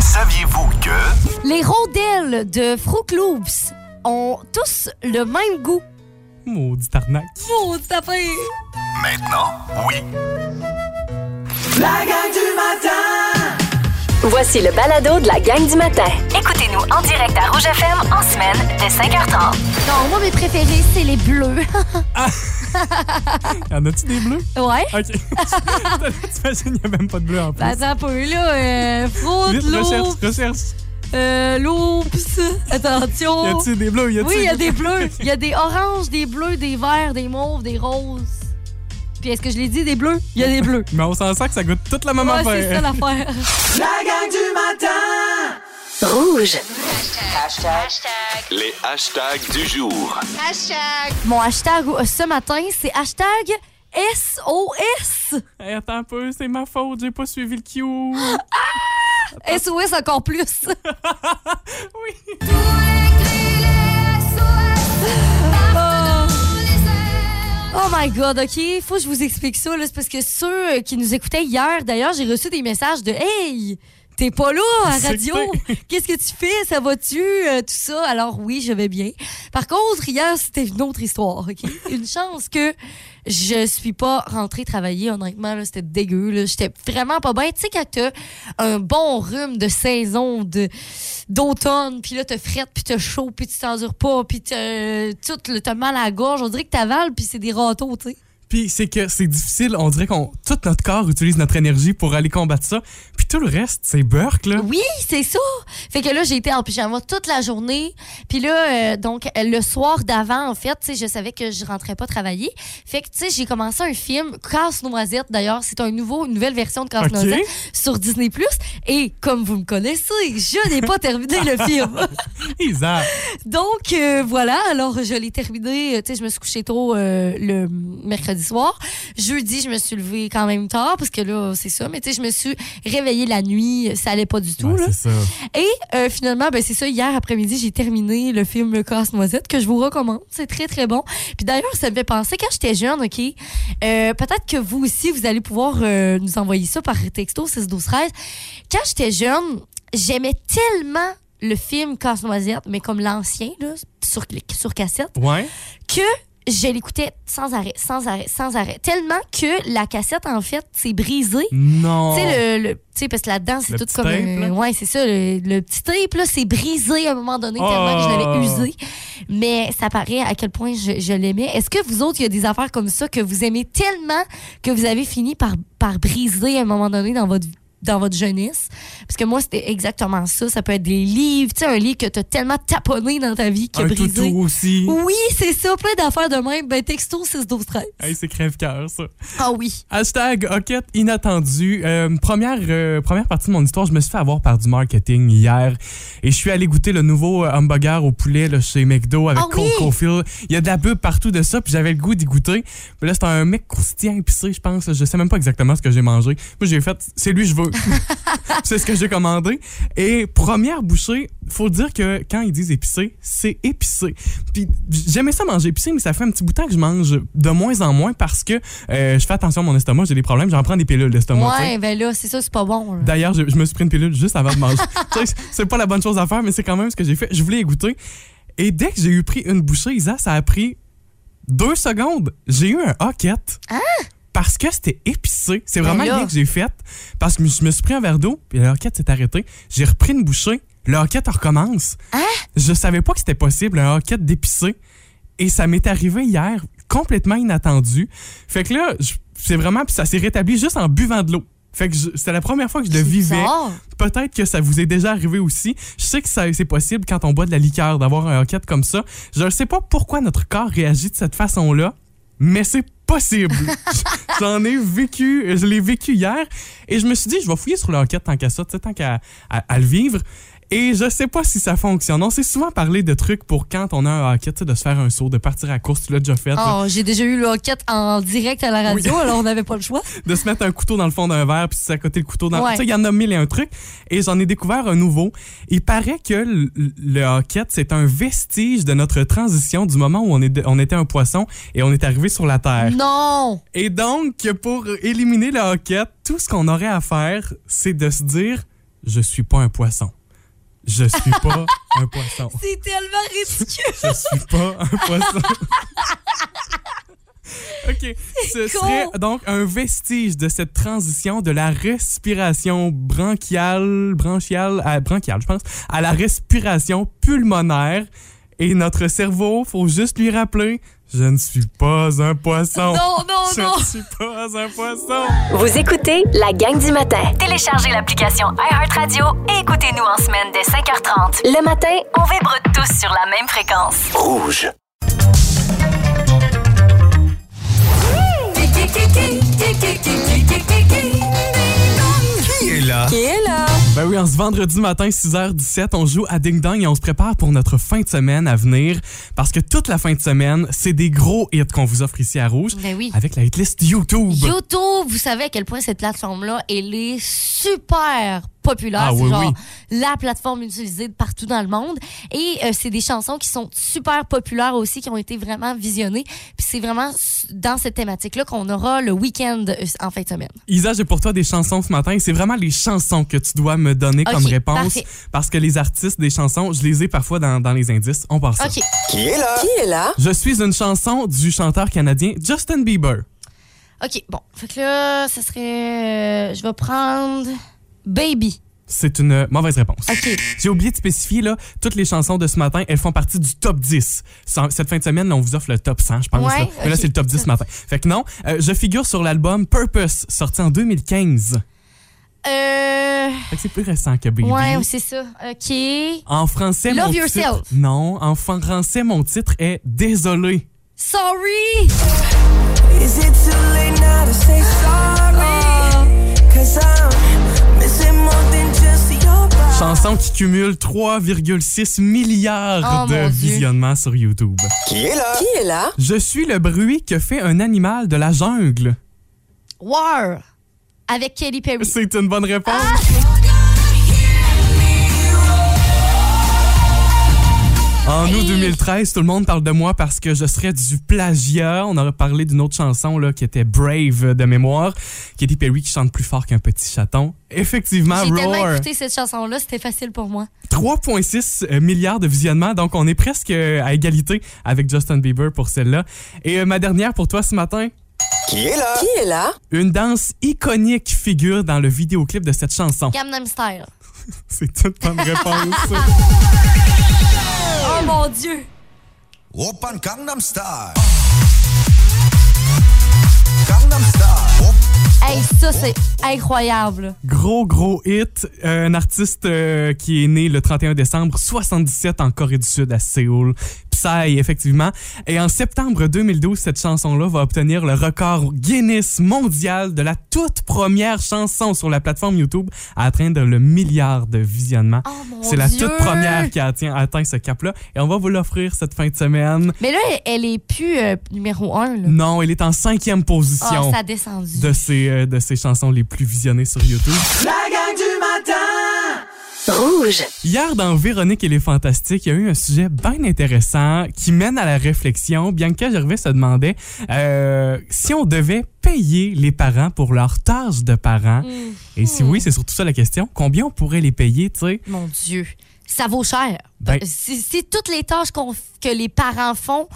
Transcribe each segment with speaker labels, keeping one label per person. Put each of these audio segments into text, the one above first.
Speaker 1: saviez-vous que...
Speaker 2: Les rondelles de Fruit Loops ont tous le même goût.
Speaker 3: Maudit arnaque.
Speaker 2: Maudit tapé!
Speaker 1: Maintenant, oui.
Speaker 4: La gang du matin
Speaker 5: Voici le balado de la gang du matin.
Speaker 6: Écoutez-nous en direct à Rouge FM en semaine dès 5h30.
Speaker 2: Non, moi, mes préférés, c'est les bleus.
Speaker 3: Y en a-tu des bleus?
Speaker 2: ouais?
Speaker 3: OK. T'imagines, il n'y a même pas de bleu en plus.
Speaker 2: Ben, attends un peu, là. Euh, Fruit
Speaker 3: Vite, recherche,
Speaker 2: Loops,
Speaker 3: recherche.
Speaker 2: euh, Loops,
Speaker 3: Y
Speaker 2: attention.
Speaker 3: a-tu des bleus? Y a-tu
Speaker 2: Oh. Oui, il y a des bleus. Il y a des oranges, des bleus, des verts, des mauves, des roses. Puis est-ce que je l'ai dit, des bleus? Il y a des bleus.
Speaker 3: Mais on s'en sent que ça goûte toute la même
Speaker 2: Ouais,
Speaker 3: affaire.
Speaker 2: c'est ça l'affaire.
Speaker 4: La gang du matin
Speaker 5: Rouge.
Speaker 1: Les hashtags du jour.
Speaker 2: Mon hashtag euh, ce matin, c'est hashtag SOS.
Speaker 3: Hey, attends un peu, c'est ma faute, j'ai pas suivi le cue.
Speaker 2: SOS encore plus.
Speaker 3: oui.
Speaker 2: Oh my God, OK. Faut que je vous explique ça. là. C'est parce que ceux euh, qui nous écoutaient hier, d'ailleurs, j'ai reçu des messages de Hey! T'es pas là à
Speaker 3: C'est
Speaker 2: radio. Qu'est-ce que tu fais? Ça va-tu? Euh, tout ça. Alors oui, je vais bien. Par contre, hier, c'était une autre histoire. OK? une chance que je suis pas rentrée travailler. Honnêtement, là, c'était dégueu. là. J'étais vraiment pas bien. Tu sais, quand t'as un bon rhume de saison, de d'automne, puis là, t'as frette, puis t'as chaud, puis tu t'endures pas, puis t'as tout le- t'as mal à la gorge. On dirait que t'avales, puis c'est des râteaux, tu sais.
Speaker 3: Puis c'est que c'est difficile, on dirait qu'on tout notre corps utilise notre énergie pour aller combattre ça. Puis tout le reste, c'est burk là.
Speaker 2: Oui, c'est ça. Fait que là, j'ai été en pyjama toute la journée. Puis là, euh, donc, euh, le soir d'avant, en fait, tu sais, je savais que je rentrais pas travailler. Fait que, tu sais, j'ai commencé un film, Casse-Noisette, d'ailleurs. C'est un nouveau, une nouvelle version de Casse-Noisette
Speaker 3: Ok.
Speaker 2: sur Disney+. Et comme vous me connaissez, je n'ai pas terminé le film.
Speaker 3: Isa.
Speaker 2: Donc, euh, voilà. Alors, je l'ai terminé. euh, Tu sais, je me suis couchée tôt euh, le mercredi soir. Jeudi, je me suis levée quand même tard parce que là, c'est ça. Mais tu sais, je me suis réveillée la nuit. Ça allait pas du tout,
Speaker 3: Ouais,
Speaker 2: là.
Speaker 3: c'est ça.
Speaker 2: Et euh, finalement, ben, c'est ça, hier après-midi, j'ai terminé le film Le Casse-Noisette que je vous recommande. C'est très, très bon. Puis d'ailleurs, ça me fait penser, quand j'étais jeune, OK, euh, peut-être que vous aussi, vous allez pouvoir euh, nous envoyer ça par texto 6 12 13 Quand j'étais jeune, j'aimais tellement le film Casse-Noisette, mais comme l'ancien, là, sur, sur cassette,
Speaker 3: Ouais.
Speaker 2: que je l'écoutais sans arrêt, sans arrêt, sans arrêt. Tellement que la cassette, en fait, s'est brisée.
Speaker 3: Non.
Speaker 2: Tu sais, le, le- tu sais, parce que là-dedans, c'est
Speaker 3: Oh. Le
Speaker 2: tout
Speaker 3: petit
Speaker 2: comme.
Speaker 3: tape,
Speaker 2: euh,
Speaker 3: là.
Speaker 2: ouais, c'est ça. Le, le petit tape, là, c'est brisé à un moment donné, tellement que je
Speaker 3: Oh.
Speaker 2: l'avais usé. Mais ça paraît à quel point je, je l'aimais. Est-ce que vous autres, il y a des affaires comme ça que vous aimez tellement que vous avez fini par, par briser à un moment donné dans votre dans votre jeunesse. Parce que moi, c'était exactement ça. Ça peut être des livres, tu sais, un livre que t'as tellement taponné dans ta vie que
Speaker 3: Un
Speaker 2: brisé.
Speaker 3: toutou aussi.
Speaker 2: Oui, c'est ça, plein d'affaires de même. Ben, texto 6 12 13
Speaker 3: Hey, c'est crève-cœur ça.
Speaker 2: Ah oui.
Speaker 3: Hashtag Hoquette inattendue. Euh, première, euh, première partie de mon histoire, je me suis fait avoir par du marketing hier et je suis allé goûter le nouveau euh, hamburger au poulet là, chez McDo avec
Speaker 2: Ah oui!
Speaker 3: Cole Caulfield. Il y a de la pub partout de ça, puis j'avais le goût d'y goûter. Mais là, c'était un mec croustillant épicé, je pense. là. Je sais même pas exactement ce que j'ai mangé. Moi, j'ai fait, c'est lui, je veux. c'est ce que j'ai commandé. Et première bouchée, faut dire que quand ils disent épicé, c'est épicé. Puis j'aimais ça manger épicé, mais ça fait un petit bout de temps que je mange de moins en moins parce que euh, je fais attention à mon estomac, j'ai des problèmes, j'en prends des pilules d'estomac. tu sais.
Speaker 2: Ouais, ben là, c'est ça, c'est pas bon. là.
Speaker 3: D'ailleurs, je, je me suis pris une pilule juste avant de manger. Tu sais, c'est pas la bonne chose à faire, mais c'est quand même ce que j'ai fait. Je voulais y goûter. Et dès que j'ai eu pris une bouchée, Isa, ça a pris deux secondes. J'ai eu un hoquette. Parce que c'était épicé. C'est vraiment
Speaker 2: Mais
Speaker 3: le
Speaker 2: Hein? Ben là-
Speaker 3: lien que j'ai fait. Parce que je me suis pris un verre d'eau, puis la hoquette s'est arrêtée. J'ai repris une bouchée. La hoquette recommence.
Speaker 2: Hein?
Speaker 3: Je savais pas que c'était possible, un hoquette d'épicé. Et ça m'est arrivé hier, complètement inattendu. Fait que là, je- c'est vraiment, puis ça s'est rétabli juste en buvant de l'eau. Fait que je- c'était la première fois que je le
Speaker 2: C'est
Speaker 3: vivais.
Speaker 2: bizarre.
Speaker 3: Peut-être que ça vous est déjà arrivé aussi. Je sais que ça- c'est possible quand on boit de la liqueur d'avoir un hoquette comme ça. Je ne sais pas pourquoi notre corps réagit de cette façon-là, mais c'est possible. J'en ai vécu, je l'ai vécu hier et je me suis dit, je vais fouiller sur le hoquette tant qu'à ça, tu sais, tant qu'à à- à le vivre. Et je sais pas si ça fonctionne. On s'est souvent parlé de trucs pour quand on a un hoquette, tu sais, de se faire un saut, de partir à la course, tu l'as déjà fait. là.
Speaker 2: Oh, j'ai déjà eu l'enquête en direct à la radio, alors on n'avait pas le choix.
Speaker 3: de se mettre un couteau dans le fond d'un verre puis c'est à côté le couteau dans
Speaker 2: Ouais.
Speaker 3: tu sais il y en a mille et un trucs et j'en ai découvert un nouveau il paraît que le, le hoquette c'est un vestige de notre transition du moment où on, est de- on était un poisson et on est arrivé sur la terre
Speaker 2: Non!
Speaker 3: et donc pour éliminer le hoquette tout ce qu'on aurait à faire c'est de se dire je suis pas un poisson. Je suis pas un poisson.
Speaker 2: C'est tellement ridicule.
Speaker 3: Je suis pas un poisson. OK. Ce
Speaker 2: con.
Speaker 3: serait donc un vestige de cette transition de la respiration branchiale, branchiale, à, branchiale, je pense, à la respiration pulmonaire. Et notre cerveau, faut juste lui rappeler, je ne suis pas un poisson.
Speaker 2: Non, non,
Speaker 3: je
Speaker 2: non.
Speaker 3: ne suis pas un poisson.
Speaker 5: Vous écoutez la gang du matin.
Speaker 6: Téléchargez l'application iHeartRadio et écoutez-nous en semaine dès 5h30.
Speaker 5: Le matin,
Speaker 6: On vibre tous sur la même fréquence.
Speaker 1: Rouge. Qui est là?
Speaker 3: Ben oui, en ce vendredi matin, 6h17, on joue à Ding Dong et on se prépare pour notre fin de semaine à venir. Parce que toute la fin de semaine, c'est des gros hits qu'on vous offre ici à Rouge.
Speaker 2: Ben oui.
Speaker 3: Avec la hitlist YouTube.
Speaker 2: YouTube, vous savez à quel point cette plateforme-là, elle est super populaire.
Speaker 3: Ah
Speaker 2: c'est
Speaker 3: oui,
Speaker 2: genre la plateforme utilisée de partout dans le monde. Et euh, c'est des chansons qui sont super populaires aussi, qui ont été vraiment visionnées. Puis c'est vraiment s- dans cette thématique-là qu'on aura le week-end euh, en fin de semaine.
Speaker 3: Isa, j'ai pour toi des chansons ce matin et c'est vraiment les chansons que tu dois me donner
Speaker 2: Ok,
Speaker 3: comme réponse.
Speaker 2: parfait.
Speaker 3: Parce que les artistes des chansons, je les ai parfois dans, dans les indices. On part ça.
Speaker 2: OK.
Speaker 1: Qui est là?
Speaker 3: Je suis une chanson du chanteur canadien Justin Bieber.
Speaker 2: OK, bon. Fait que là, ça serait... euh, je vais prendre... Baby.
Speaker 3: C'est une mauvaise réponse.
Speaker 2: OK.
Speaker 3: J'ai oublié de spécifier, là, toutes les chansons de ce matin, elles font partie du top 10. Sans- Cette fin de semaine, là, on vous offre le top 100, je pense.
Speaker 2: Ouais,
Speaker 3: là. Mais là,
Speaker 2: ok.
Speaker 3: c'est le top 10 ce matin. Fait que non, euh, je figure sur l'album Purpose, sorti en 2015.
Speaker 2: Euh...
Speaker 3: Fait que c'est plus récent que Baby.
Speaker 2: Ouais, c'est ça. OK.
Speaker 3: en français,
Speaker 2: Love
Speaker 3: mon
Speaker 2: Yourself.
Speaker 3: titre... Non, en français, mon titre est Désolé.
Speaker 2: Sorry!
Speaker 7: Is it too late now to say sorry? Cause I'm missing more than just your body.
Speaker 3: Chanson qui cumule 3,6 milliards
Speaker 2: Oh,
Speaker 3: de
Speaker 2: mon Dieu.
Speaker 3: visionnements sur YouTube.
Speaker 1: Qui est là?
Speaker 3: Je suis le bruit que fait un animal de la jungle.
Speaker 2: War avec Kelly Perry.
Speaker 3: C'est une bonne réponse. En août 2013, tout le monde parle de moi parce que je serais du plagiat. On aurait parlé d'une autre chanson là, qui était Brave euh, de mémoire. Katy Perry qui chante plus fort qu'un petit chaton. Effectivement,
Speaker 2: J'ai tellement
Speaker 3: Roar.
Speaker 2: écouté cette chanson-là, c'était facile pour moi.
Speaker 3: 3,6 euh, milliards de visionnements, donc on est presque euh, à égalité avec Justin Bieber pour celle-là. Et euh, ma dernière pour toi ce matin,
Speaker 1: Qui est là?
Speaker 3: une danse iconique figure dans le vidéoclip de cette chanson.
Speaker 2: Gangnam Style.
Speaker 3: C'est une bonne réponse.
Speaker 2: Oh mon Dieu!
Speaker 8: Open Gangnam Style. Gangnam Style. Op-
Speaker 2: Hey, ça, c'est incroyable.
Speaker 3: Gros, gros hit. Euh, un artiste euh, qui est né le 31 décembre 77 en Corée du Sud, à Séoul. Psy, effectivement. Et en septembre 2012, cette chanson-là va obtenir le record Guinness mondial de la toute première chanson sur la plateforme YouTube à atteindre le milliard de visionnements.
Speaker 2: Oh mon
Speaker 3: C'est la
Speaker 2: Dieu.
Speaker 3: toute première qui a atteint, atteint ce cap-là. Et on va vous l'offrir cette fin de semaine.
Speaker 2: Mais là, elle- elle est plus euh, numéro un. Là.
Speaker 3: Non, elle est en cinquième position
Speaker 2: Oh, ça a descendu.
Speaker 3: de, ses, euh, de ses chansons les plus visionnées sur YouTube.
Speaker 4: La gang du matin
Speaker 5: rouge.
Speaker 3: Hier, dans Véronique et les Fantastiques, il y a eu un sujet bien intéressant qui mène à la réflexion. Bianca Gervais se demandait euh, si on devait payer les parents pour leur tâche de parents. Et si oui, c'est surtout ça la question. Combien on pourrait les payer, tu sais?
Speaker 2: Mon Dieu. Ça vaut cher.
Speaker 3: Ben-
Speaker 2: Euh, Si, si toutes les tâches qu'on f- que les parents font,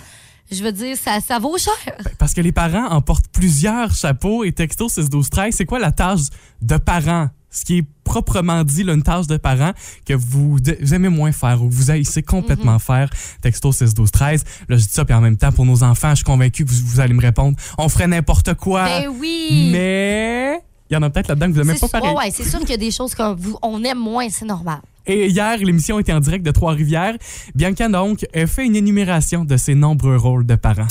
Speaker 2: je veux dire, ça, ça vaut cher.
Speaker 3: Parce que les parents en portent plusieurs chapeaux et texto 6 12 13 c'est quoi la tâche de parent ce qui est proprement dit là, une tâche de parent que vous, de- vous aimez moins faire ou que vous haïssez
Speaker 2: Mhm.
Speaker 3: complètement faire texto 6 12 13 là je dis ça puis en même temps pour nos enfants je suis convaincu que vous, vous allez me répondre on ferait n'importe quoi
Speaker 2: ben oui.
Speaker 3: mais il y en a peut-être là-dedans que vous aimez
Speaker 2: C'est
Speaker 3: pas
Speaker 2: sûr-
Speaker 3: pareil
Speaker 2: ouais, ouais, c'est sûr qu'il y a des choses qu'on aime moins, c'est normal.
Speaker 3: et hier, l'émission était en direct de Trois-Rivières. Bianca, donc, a fait une énumération de ses nombreux rôles de parents.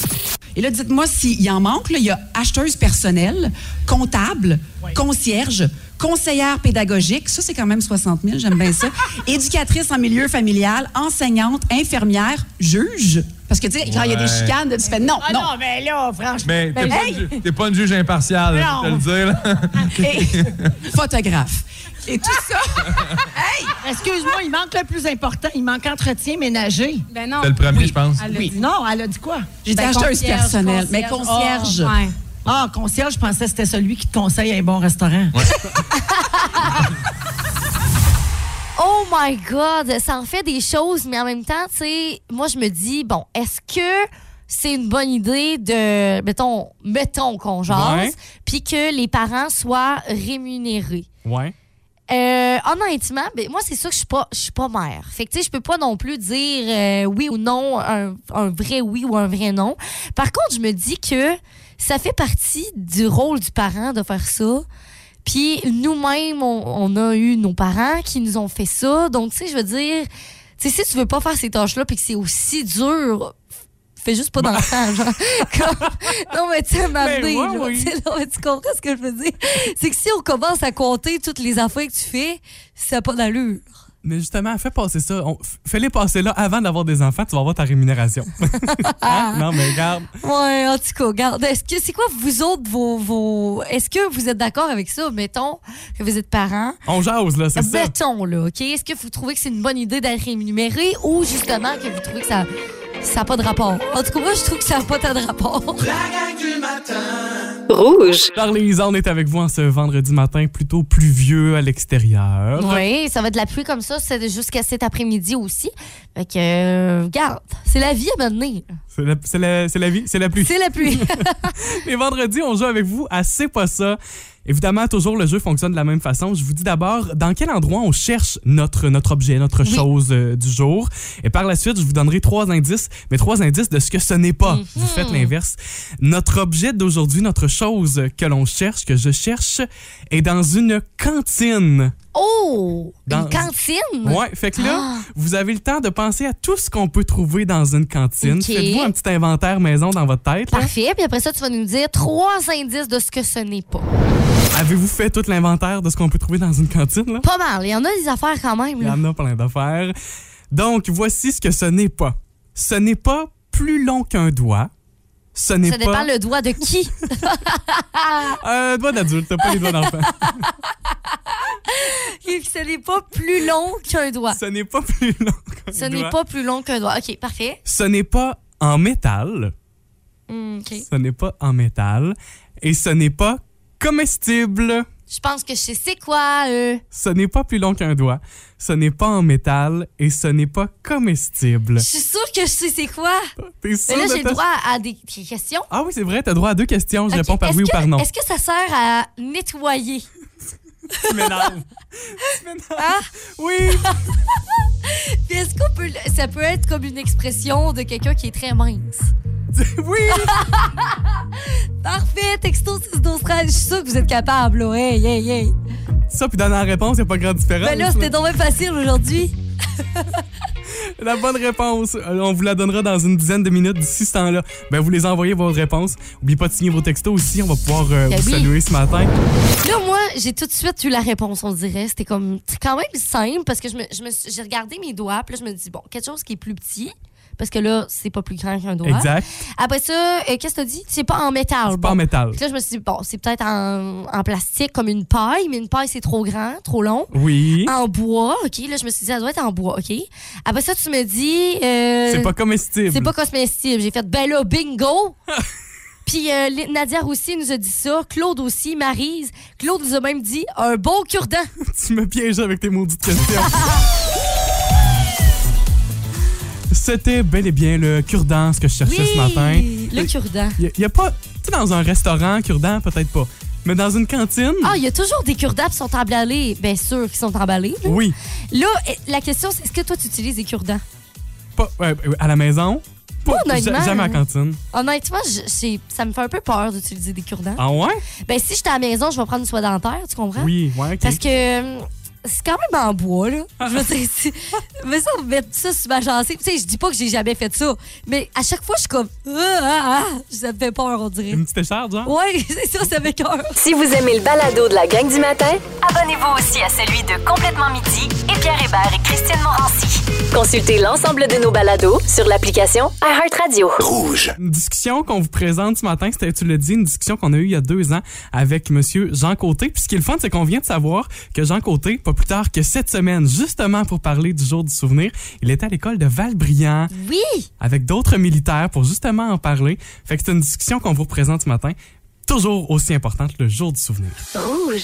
Speaker 9: Et là, dites-moi s'il en manque. là. Il y a acheteuse personnelle, comptable, concierge, conseillère pédagogique. Ça, c'est quand même 60 000, j'aime bien ça. Éducatrice en milieu familial, enseignante, infirmière, juge. Parce que, tu sais, quand il y a des chicanes, tu fais non, Ah,
Speaker 10: Ah
Speaker 9: non.
Speaker 11: Mais t'es
Speaker 2: Ben
Speaker 11: pas, une ju- t'es pas une juge impartiale, je vais te le dire. là.
Speaker 9: Et- photographe. Et tout ça.
Speaker 10: Excuse-moi, il manque le plus important. Il manque entretien ménager. Ben non.
Speaker 11: C'était le premier, je pense.
Speaker 10: Oui. Non, elle a dit quoi?
Speaker 9: J'ai dit acheteuse personnelle, mais Ben, concierge. Oh,
Speaker 10: Ah, concierge, je pensais que c'était celui qui te conseille un bon restaurant.
Speaker 2: Oh my God! Ça en fait des choses, mais en même temps, tu sais, moi, je me dis, bon, est-ce que c'est une bonne idée de, mettons, mettons qu'on
Speaker 3: Ouais.
Speaker 2: jase, puis que les parents soient rémunérés?
Speaker 3: Ouais.
Speaker 2: Euh, honnêtement, ben, moi, c'est sûr que je suis pas, je suis pas mère. Fait que, tu sais, je peux pas non plus dire euh, oui ou non, un, un vrai oui ou un vrai non. Par contre, je me dis que ça fait partie du rôle du parent de faire ça. Puis nous-mêmes, on, on a eu nos parents qui nous ont fait ça. Donc, tu sais, je veux dire, tu sais, si tu veux pas faire ces tâches-là puis que c'est aussi dur, f- fais juste pas d'enfant, genre. Comme- Non, mais tu sais, m'amener,
Speaker 10: ouais,
Speaker 2: genre,
Speaker 10: oui.
Speaker 2: tu sais, non, mais tu comprends ce que je veux dire? C'est que si on commence à compter toutes les affaires que tu fais, ça n'a pas d'allure.
Speaker 3: Mais justement, fais passer ça. On- f- Fais-les passer là avant d'avoir des enfants, tu vas avoir ta rémunération. Hein? Non, mais regarde.
Speaker 2: Ouais, en tout cas, regarde. Est-ce que c'est quoi vous autres, vos. vos... Est-ce que vous êtes d'accord avec ça? Mettons que vous êtes parents.
Speaker 3: On jase, là, c'est
Speaker 2: Ah,
Speaker 3: ça.
Speaker 2: Mettons, là, OK? Est-ce que vous trouvez que c'est une bonne idée d'être rémunéré ou justement que vous trouvez que ça. Ça n'a pas de rapport. En tout cas, moi, je trouve que ça n'a pas tant de rapport.
Speaker 3: Rouge. Charlize, on est avec vous en ce vendredi matin, plutôt pluvieux à l'extérieur.
Speaker 2: Oui, ça va de la pluie comme ça c'est jusqu'à cet après-midi aussi. Fait que, euh, regarde, c'est la vie à mener.
Speaker 3: C'est la, c'est la- c'est la vie, c'est la pluie.
Speaker 2: C'est la pluie.
Speaker 3: Et vendredi, on joue avec vous à C'est pas ça. Évidemment, toujours le jeu fonctionne de la même façon. Je vous dis d'abord dans quel endroit on cherche notre, notre objet, notre chose euh, du jour. Et par la suite, je vous donnerai trois indices, mais trois indices de ce que ce n'est pas. Vous faites
Speaker 2: Mhm.
Speaker 3: l'inverse. Notre objet d'aujourd'hui, notre chose que l'on cherche, que je cherche, est dans une cantine.
Speaker 2: Oh!
Speaker 3: Dans-
Speaker 2: Une cantine?
Speaker 3: Ouais, fait que là,
Speaker 2: Ah,
Speaker 3: vous avez le temps de penser à tout ce qu'on peut trouver dans une cantine.
Speaker 2: Ok.
Speaker 3: Faites-vous un petit inventaire maison dans votre tête. là.
Speaker 2: parfait. Puis après ça, tu vas nous dire trois indices de ce que ce n'est pas.
Speaker 3: Avez-vous fait tout l'inventaire de ce qu'on peut trouver dans une cantine? Là?
Speaker 2: Pas mal. Il y en a des affaires quand même.
Speaker 3: Il y
Speaker 2: là.
Speaker 3: en a plein d'affaires. Donc, voici ce que ce n'est pas. Ce n'est pas plus long qu'un doigt. Ce n'est
Speaker 2: Ça dépend
Speaker 3: pas
Speaker 2: le doigt de qui.
Speaker 3: un doigt d'adulte, t'as pas les doigts d'enfant.
Speaker 2: Et puis, ce n'est pas plus long qu'un doigt.
Speaker 3: Ce n'est pas plus long qu'un
Speaker 2: Ce n'est
Speaker 3: doigt.
Speaker 2: pas plus long qu'un doigt. OK, parfait.
Speaker 3: Ce n'est pas en métal.
Speaker 2: Hmm, OK.
Speaker 3: Ce n'est pas en métal. Et ce n'est pas comestible.
Speaker 2: Je pense que je sais c'est quoi, euh.
Speaker 3: Ce n'est pas plus long qu'un doigt. Ce n'est pas en métal. Et ce n'est pas comestible.
Speaker 2: Je suis sûre que je sais c'est quoi.
Speaker 3: T'es
Speaker 2: Mais
Speaker 3: sûre
Speaker 2: là,
Speaker 3: de
Speaker 2: j'ai
Speaker 3: ta-
Speaker 2: droit à des des questions.
Speaker 3: Ah oui, c'est vrai, t'as droit à deux questions. Je
Speaker 2: Ok,
Speaker 3: réponds par
Speaker 2: est-ce
Speaker 3: oui ou
Speaker 2: que-
Speaker 3: par non.
Speaker 2: Est-ce que ça sert à nettoyer? Hein?
Speaker 3: Oui!
Speaker 2: Puis est-ce qu'on peut. le- Ça peut être comme une expression de quelqu'un qui est très mince.
Speaker 3: oui!
Speaker 2: Parfait! Texto 612 Je suis sûre que vous êtes capable, là. Hey, hey, hey.
Speaker 3: Ben, Ça, puis donner la réponse, il a pas grande différence.
Speaker 2: Ben là, c'était donc bien facile aujourd'hui.
Speaker 3: La bonne réponse, euh, on vous la donnera dans une dizaine de minutes d'ici ce temps-là. Ben, vous les envoyez, vos réponses. Oubliez pas de signer vos textos aussi, on va pouvoir euh,
Speaker 2: Ben
Speaker 3: vous
Speaker 2: oui.
Speaker 3: saluer ce matin.
Speaker 2: Là, moi, j'ai tout de suite eu la réponse, on dirait. C'était comme c'est quand même simple parce que je me, je me suis- j'ai regardé mes doigts, puis là, je me dis, bon, quelque chose qui est plus petit. Parce que là, c'est pas plus grand qu'un doigt.
Speaker 3: Exact.
Speaker 2: Après ça, euh, qu'est-ce que t'as dit? C'est pas en métal.
Speaker 3: Pas en métal.
Speaker 2: Puis là, je me suis dit, bon, c'est peut-être en, en plastique, comme une paille, mais une paille, c'est trop grand, trop long.
Speaker 3: Oui.
Speaker 2: En bois, OK. Là, je me suis dit, ça doit être en bois, OK. Après ça, tu me dis. euh,
Speaker 3: C'est pas comestible.
Speaker 2: C'est pas comestible. J'ai fait, ben là, bingo! Puis euh, les- Nadia aussi nous a dit ça, Claude aussi, Marise. Claude nous a même dit un bon cure-dent.
Speaker 3: tu me pièges avec tes maudites questions. C'était bel et bien le cure-dent, ce que je cherchais ce matin.
Speaker 2: le cure-dent.
Speaker 3: Il n'y a, pas. Tu sais, dans un restaurant, cure-dent, peut-être pas. Mais dans une cantine.
Speaker 2: Ah, il y a toujours des cure-dents qui sont emballés. Bien sûr qui sont emballés. là.
Speaker 3: Oui.
Speaker 2: Là, eh, la question, c'est est-ce que toi, tu utilises des cure-dents?
Speaker 3: Pas, euh, euh, à la maison. Pas,
Speaker 2: Pas honnêtement.
Speaker 3: ja- jamais à la cantine.
Speaker 2: Honnêtement, je- c'est- ça me fait un peu peur d'utiliser des cure-dents.
Speaker 3: Ah ouais?
Speaker 2: Ben, si j'étais à la maison, je vais prendre une soie dentaire, tu comprends?
Speaker 3: Oui, ouais, ok.
Speaker 2: Ah. Parce que euh, c'est quand même en bois, là.
Speaker 3: Ah.
Speaker 2: Je veux dire, c'est- mais ça, mettre ça sur ma gencive. Tu sais, je dis pas que j'ai jamais fait ça, mais à chaque fois, je suis comme. Ah, ah, ah, ça me fait peur, on dirait.
Speaker 3: Une petite écharpe, genre?
Speaker 2: Ouais, c'est ça, ça fait peur.
Speaker 5: Si vous aimez le balado de la gang du matin,
Speaker 6: Abonnez-vous aussi à celui de Complètement Midi et Pierre Hébert et Christine Morancy.
Speaker 5: consultez l'ensemble de nos balados sur l'application iHeartRadio.
Speaker 3: Une discussion qu'on vous présente ce matin, c'était, tu l'as dit, une discussion qu'on a eue il y a deux ans avec Monsieur Jean Côté. Puis ce qui est le fun, c'est qu'on vient de savoir que Jean Côté, pas plus tard que cette semaine, justement pour parler du jour du souvenir, il était à l'école de Valbriand
Speaker 2: Oui!
Speaker 3: avec d'autres militaires pour justement en parler. Fait que c'est une discussion qu'on vous présente ce matin. toujours aussi importante, le jour du souvenir.
Speaker 5: Rouge.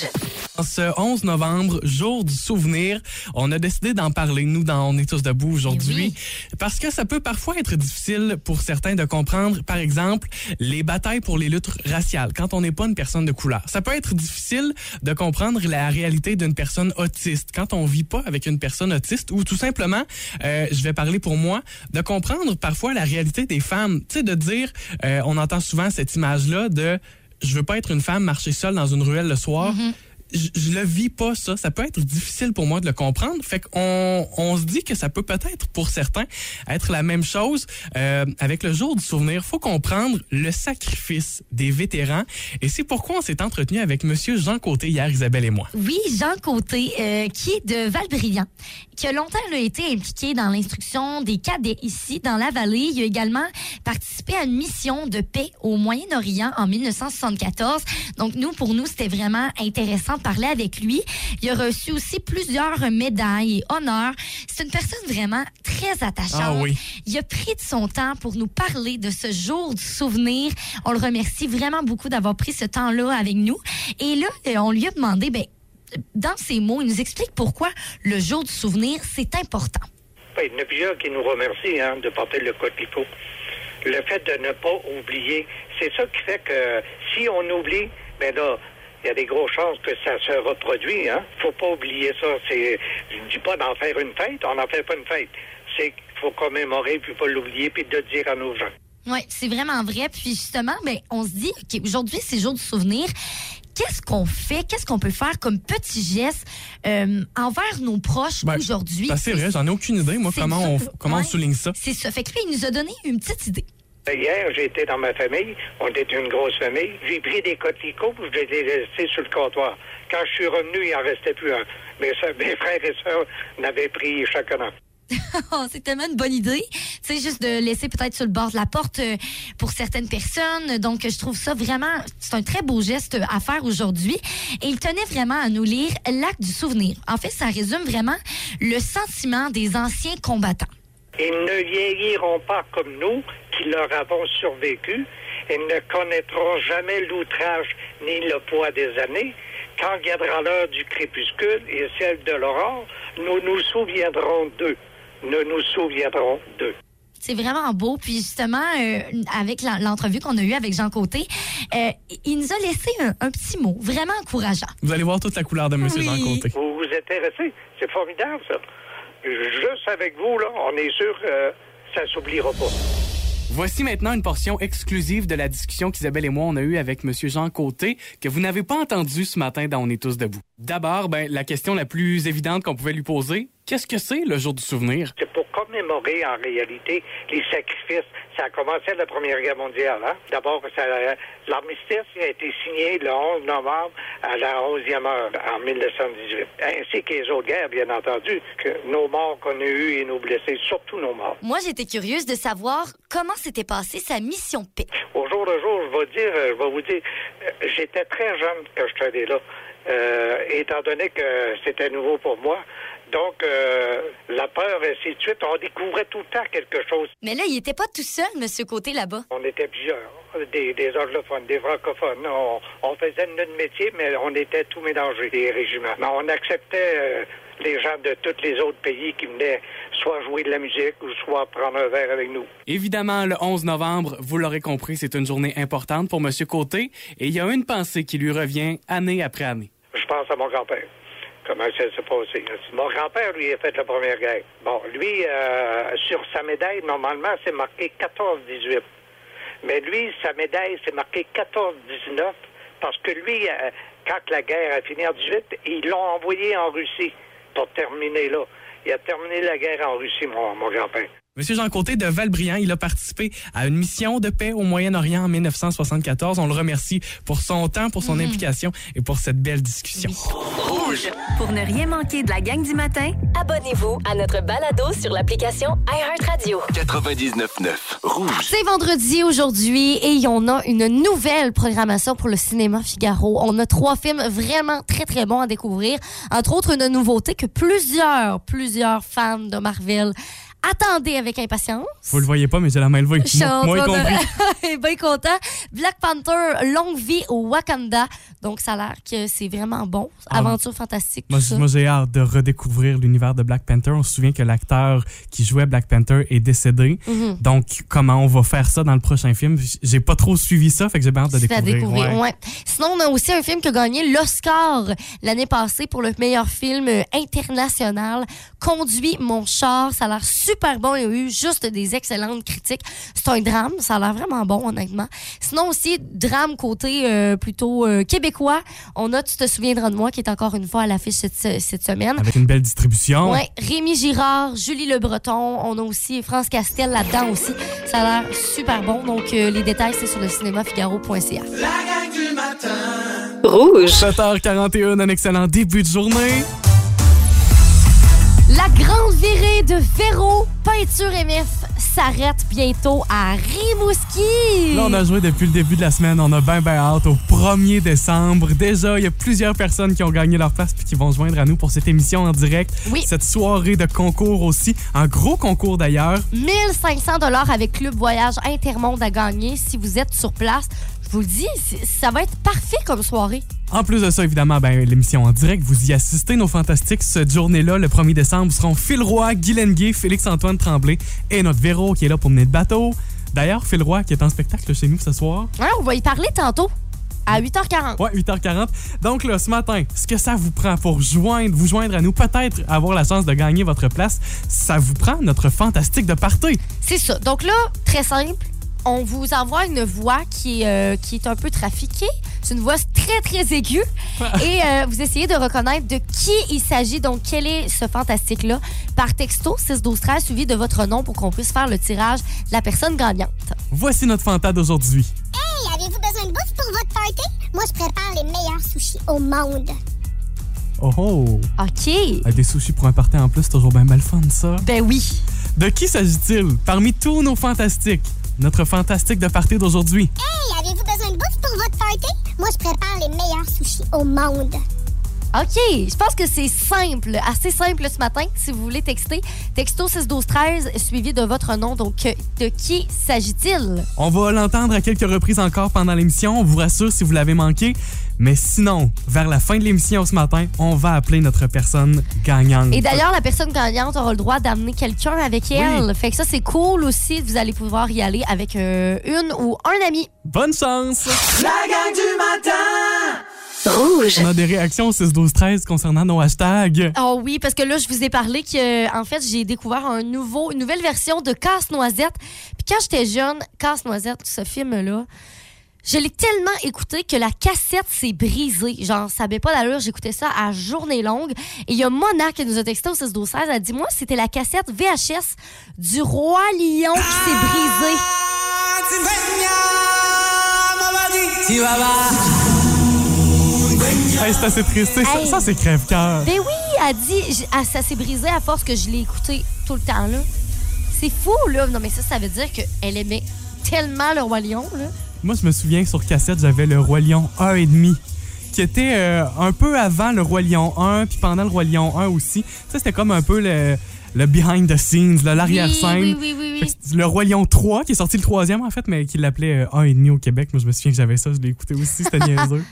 Speaker 3: En Ce 11 novembre, jour du souvenir, on a décidé d'en parler, nous, dans On est tous debout aujourd'hui, parce que ça peut parfois être difficile pour certains de comprendre, par exemple, les batailles pour les luttes raciales, quand on n'est pas une personne de couleur. Ça peut être difficile de comprendre la réalité d'une personne autiste, quand on vit pas avec une personne autiste, ou tout simplement, euh, je vais parler pour moi, de comprendre parfois la réalité des femmes. Tu sais, de dire, euh, on entend souvent cette image-là de « je veux pas être une femme marcher seule dans une ruelle le soir je, je le vis pas ça. Ça peut être difficile pour moi de le comprendre. Fait qu'on on se dit que ça peut peut-être pour certains être la même chose euh, avec le jour du souvenir. Faut comprendre le sacrifice des vétérans et c'est pourquoi on s'est entretenu avec Monsieur Jean Côté hier, Isabelle et moi.
Speaker 2: Oui, Jean Côté, euh, qui est de Valbriand, qui a longtemps là, été impliqué dans l'instruction des cadets ici, dans la vallée. Il a également participé à une mission de paix au Moyen-Orient en 1974. Donc, nous, pour nous, c'était vraiment intéressant de parler avec lui. Il a reçu aussi plusieurs médailles et honneurs. C'est une personne vraiment très attachante.
Speaker 5: Ah oui.
Speaker 2: Il a pris de son temps pour nous parler de ce jour du souvenir. On le remercie vraiment beaucoup d'avoir pris ce temps-là avec nous. Et là, euh, on lui a demandé, ben, dans ses mots, il nous explique pourquoi le jour du souvenir, c'est important.
Speaker 12: Ben, Il y en a plusieurs qui nous remercient hein, de porter le coquelicot. Le fait de ne pas oublier, c'est ça qui fait que si on oublie, ben là, il y a des grosses chances que ça se reproduise. Hein. faut pas oublier ça. C'est, je ne dis pas d'en faire une fête, on n'en fait pas une fête. C'est qu'il faut commémorer, puis pas l'oublier, puis de dire à nos gens.
Speaker 2: Oui, c'est vraiment vrai. Puis justement, ben, on se dit, OK, aujourd'hui, c'est jour du souvenir. Qu'est-ce qu'on fait? Qu'est-ce qu'on peut faire comme petit geste euh, envers nos proches
Speaker 3: Ben,
Speaker 2: aujourd'hui?
Speaker 3: ben, c'est vrai, j'en ai aucune idée, moi,
Speaker 2: c'est
Speaker 3: comment,
Speaker 2: ça.
Speaker 3: on, comment on
Speaker 2: Ouais.
Speaker 3: souligne ça.
Speaker 2: C'est ça. Fait que lui, il nous a donné une petite idée.
Speaker 12: Ben, Hier, j'étais dans ma famille. On était une grosse famille. J'ai pris des coquelicots, puis je les ai restés sur le comptoir. Quand je suis revenu, il en restait plus un. Mes, soeurs- mes frères et sœurs n'avaient pris chacun un.
Speaker 2: Oh, c'est tellement une bonne idée. Tu sais, juste de laisser peut-être sur le bord de la porte euh, pour certaines personnes. Donc, je trouve ça vraiment, c'est un très beau geste à faire aujourd'hui. Et il tenait vraiment à nous lire l'acte du souvenir. En fait, ça résume vraiment le sentiment des anciens combattants.
Speaker 12: Ils ne vieilliront pas comme nous, qui leur avons survécu. Ils ne connaîtront jamais l'outrage ni le poids des années. Quand viendra l'heure du crépuscule et celle de l'aurore, nous nous souviendrons d'eux. Nous nous souviendrons d'eux.
Speaker 2: C'est vraiment beau. Puis justement, euh, avec l'en- l'entrevue qu'on a eue avec Jean Côté, euh, il nous a laissé un, un petit mot vraiment encourageant.
Speaker 3: Vous allez voir toute la couleur de Monsieur Jean Côté.
Speaker 12: Vous vous intéressez. C'est formidable, ça. Juste avec vous, là, on est sûr que ça s'oubliera pas.
Speaker 3: Voici maintenant une portion exclusive de la discussion qu'Isabelle et moi on a eue avec Monsieur Jean Côté que vous n'avez pas entendu ce matin dans On est tous debout. D'abord, ben, la question la plus évidente qu'on pouvait lui poser, qu'est-ce que c'est le jour du souvenir?
Speaker 12: C'est pour commémorer, en réalité, les sacrifices. Ça a commencé à la Première Guerre mondiale. Hein? D'abord, ça- l'armistice a été signé le 11 novembre à la 11e heure, en 1918. Ainsi que les autres guerres, bien entendu, que nos morts qu'on a eus et nos blessés, surtout nos morts.
Speaker 2: Moi, j'étais curieuse de savoir comment s'était passée sa mission paix.
Speaker 12: Au jour le jour, je vais dire, euh, je vais vous dire, euh, j'étais très jeune quand je suis allé là, euh, étant donné que c'était nouveau pour moi. Donc, euh, la peur, ainsi de suite, on découvrait tout le temps quelque chose.
Speaker 2: Mais là, il était pas tout seul, Monsieur Côté, là-bas.
Speaker 12: On était plusieurs, des, des anglophones, des francophones. On, on faisait notre métier, mais on était tout mélangés, des régiments. Mais on acceptait euh, les gens de tous les autres pays qui venaient soit jouer de la musique ou soit prendre un verre avec nous.
Speaker 3: Évidemment, le 11 novembre, vous l'aurez compris, c'est une journée importante pour Monsieur Côté et il y a une pensée qui lui revient année après année.
Speaker 12: Je pense à mon grand-père. Comment ça s'est passé? Mon grand-père, lui, a fait la première guerre. Bon, lui, euh, sur sa médaille, normalement, c'est marqué 14-18. Mais lui, sa médaille, c'est marqué 14-19 parce que lui, euh, quand la guerre a fini en 18, ils l'ont envoyé en Russie pour terminer là. Il a terminé la guerre en Russie, mon, mon grand-père.
Speaker 3: Monsieur Jean Côté de Valbriand, il a participé à une mission de paix au Moyen-Orient en 1974. On le remercie pour son temps, pour son
Speaker 5: Mhm.
Speaker 3: implication et pour cette belle discussion.
Speaker 5: Rouge.
Speaker 13: Pour ne rien manquer de la gang du matin,
Speaker 5: Abonnez-vous à notre balado sur l'application iHeartRadio.
Speaker 14: 99.9 Rouge.
Speaker 15: C'est vendredi aujourd'hui et on a une nouvelle programmation pour le cinéma Figaro. On a trois films vraiment très très bons à découvrir. Entre autres, une nouveauté que plusieurs, plusieurs fans de Marvel
Speaker 2: attendez avec impatience.
Speaker 3: Vous le voyez pas, mais j'ai la main levée.
Speaker 2: Je suis en
Speaker 3: Moi, moi
Speaker 2: train de-
Speaker 3: compris.
Speaker 2: Eh ben content. Black Panther, longue vie au Wakanda. Donc, ça a l'air que c'est vraiment bon.
Speaker 3: Ah,
Speaker 2: Aventure fantastique.
Speaker 3: Moi,
Speaker 2: tout
Speaker 3: j-
Speaker 2: ça.
Speaker 3: moi, j'ai hâte de redécouvrir l'univers de Black Panther. On se souvient que l'acteur qui jouait Black Panther est décédé.
Speaker 2: Mhm.
Speaker 3: Donc, comment on va faire ça dans le prochain film? J- J'ai pas trop suivi ça, fait que j'ai bien hâte de
Speaker 2: C'est à
Speaker 3: découvrir.
Speaker 2: découvrir,
Speaker 3: ouais.
Speaker 2: ouais. Sinon, on a aussi un film qui a gagné l'Oscar l'année passée pour le meilleur film euh, international, Conduit mon char. Ça a l'air super bon. Il y a eu juste des excellentes critiques. C'est un drame. Ça a l'air vraiment bon, honnêtement. Sinon, aussi, drame côté euh, plutôt euh, québécois. On a Tu te souviendras de moi qui est encore une fois à l'affiche cette, se- cette semaine.
Speaker 3: Avec une belle distribution.
Speaker 2: Ouais, Rémi Girard, Julie Le Breton, on a aussi France Castel là-dedans aussi. Ça a l'air super bon. Donc euh, les détails c'est sur le cinémafigaro.ca.
Speaker 4: La gang du matin.
Speaker 3: Rouge. 7h41, un excellent début de journée.
Speaker 2: La grande virée de Véro Peinture MF s'arrête bientôt à Rimouski.
Speaker 3: Là, on a joué depuis le début de la semaine. On a bien, bien hâte au 1er décembre. Déjà, il y a plusieurs personnes qui ont gagné leur place puis qui vont se joindre à nous pour cette émission en direct.
Speaker 2: Oui.
Speaker 3: Cette soirée de concours aussi. Un gros concours d'ailleurs.
Speaker 2: 1500 dollars avec Club Voyage Intermonde à gagner si vous êtes sur place. Je vous le dis, c'est- ça va être parfait comme soirée.
Speaker 3: En plus de ça, évidemment, ben, l'émission en direct, vous y assistez, nos fantastiques. Cette journée-là, le 1er décembre, seront Phil Roy, Guy Lenguet, Félix-Antoine Tremblay et notre Véro qui est là pour mener le bateau. D'ailleurs, Phil Roy qui est en spectacle chez nous ce soir.
Speaker 16: Ah.
Speaker 2: Hein, on va y parler tantôt à 8h40.
Speaker 3: Ouais, 8h40. Donc là, ce matin, ce que ça vous prend pour joindre, vous joindre à nous, peut-être avoir la chance de gagner votre place, ça vous prend notre fantastique de party.
Speaker 2: C'est ça. Donc là, très simple. On vous envoie une voix qui est, euh, qui est un peu trafiquée. C'est une voix très, très aiguë. Et euh, vous essayez de reconnaître de qui il s'agit. Donc, quel est ce fantastique-là? Par texto 612-13, suivi de votre nom pour qu'on puisse faire le tirage de la personne gagnante.
Speaker 3: Voici notre fantade d'aujourd'hui.
Speaker 16: Hey, avez-vous besoin de bouffe pour votre party? Moi, je prépare les meilleurs sushis au monde.
Speaker 3: Oh oh!
Speaker 2: OK!
Speaker 3: Ah, Des sushis pour un party en plus, c'est toujours bien mal fun, ça.
Speaker 2: Ben oui!
Speaker 3: De qui s'agit-il parmi tous nos fantastiques? Notre fantastique de party d'aujourd'hui.
Speaker 16: Hey, avez-vous besoin de bouffe pour votre party? Moi, je prépare les meilleurs sushis au monde.
Speaker 2: OK, je pense que c'est simple, assez simple ce matin. Si vous voulez texter, texto 612-13, suivi de votre nom. Donc, euh, de qui s'agit-il?
Speaker 3: On va l'entendre à quelques reprises encore pendant l'émission. On vous rassure si vous l'avez manqué. Mais sinon, vers la fin de l'émission ce matin, on va appeler notre personne gagnante.
Speaker 2: Et d'ailleurs, la personne gagnante aura le droit d'amener quelqu'un avec elle. Fait que ça, c'est cool aussi. Vous allez pouvoir y aller avec euh, une ou un ami.
Speaker 3: Bonne chance!
Speaker 4: La gang du matin.
Speaker 3: On a des réactions au 6-12-13 concernant nos hashtags.
Speaker 2: Oh oui, parce que là, je vous ai parlé que, euh, en fait, j'ai découvert un nouveau, une nouvelle version de Casse-Noisette. Puis quand j'étais jeune, Casse-Noisette, ce film-là, je l'ai tellement écouté que la cassette s'est brisée. Genre, ça n'avait pas d'allure. J'écoutais ça à journée longue. Et il y a Mona qui nous a texté au 6 12 16. Elle dit Moi, c'était la cassette VHS du Roi Lion qui s'est brisée.
Speaker 3: Hey, c'est assez triste. Ça,
Speaker 2: Hey.
Speaker 3: ça, c'est crève-cœur.
Speaker 2: Ben oui, elle dit, j- ah, ça s'est brisé à force que je l'ai écouté tout le temps, là. C'est fou, là. Non, mais ça, ça veut dire qu'elle aimait tellement le Roi Lion, là.
Speaker 3: Moi, je me souviens que sur cassette, j'avais le Roi Lion 1,5 qui était euh, un peu avant le Roi Lion 1, puis pendant le Roi Lion 1 aussi. Ça, c'était comme un peu le, le behind the scenes, le- l'arrière-scène.
Speaker 2: Oui, oui, oui, oui,
Speaker 3: Fait que c'est Le Roi Lion 3, qui est sorti le troisième en fait, mais qui l'appelait euh, 1,5 au Québec. Moi, je me souviens que j'avais ça, je l'ai écouté aussi, c'était niaiseux.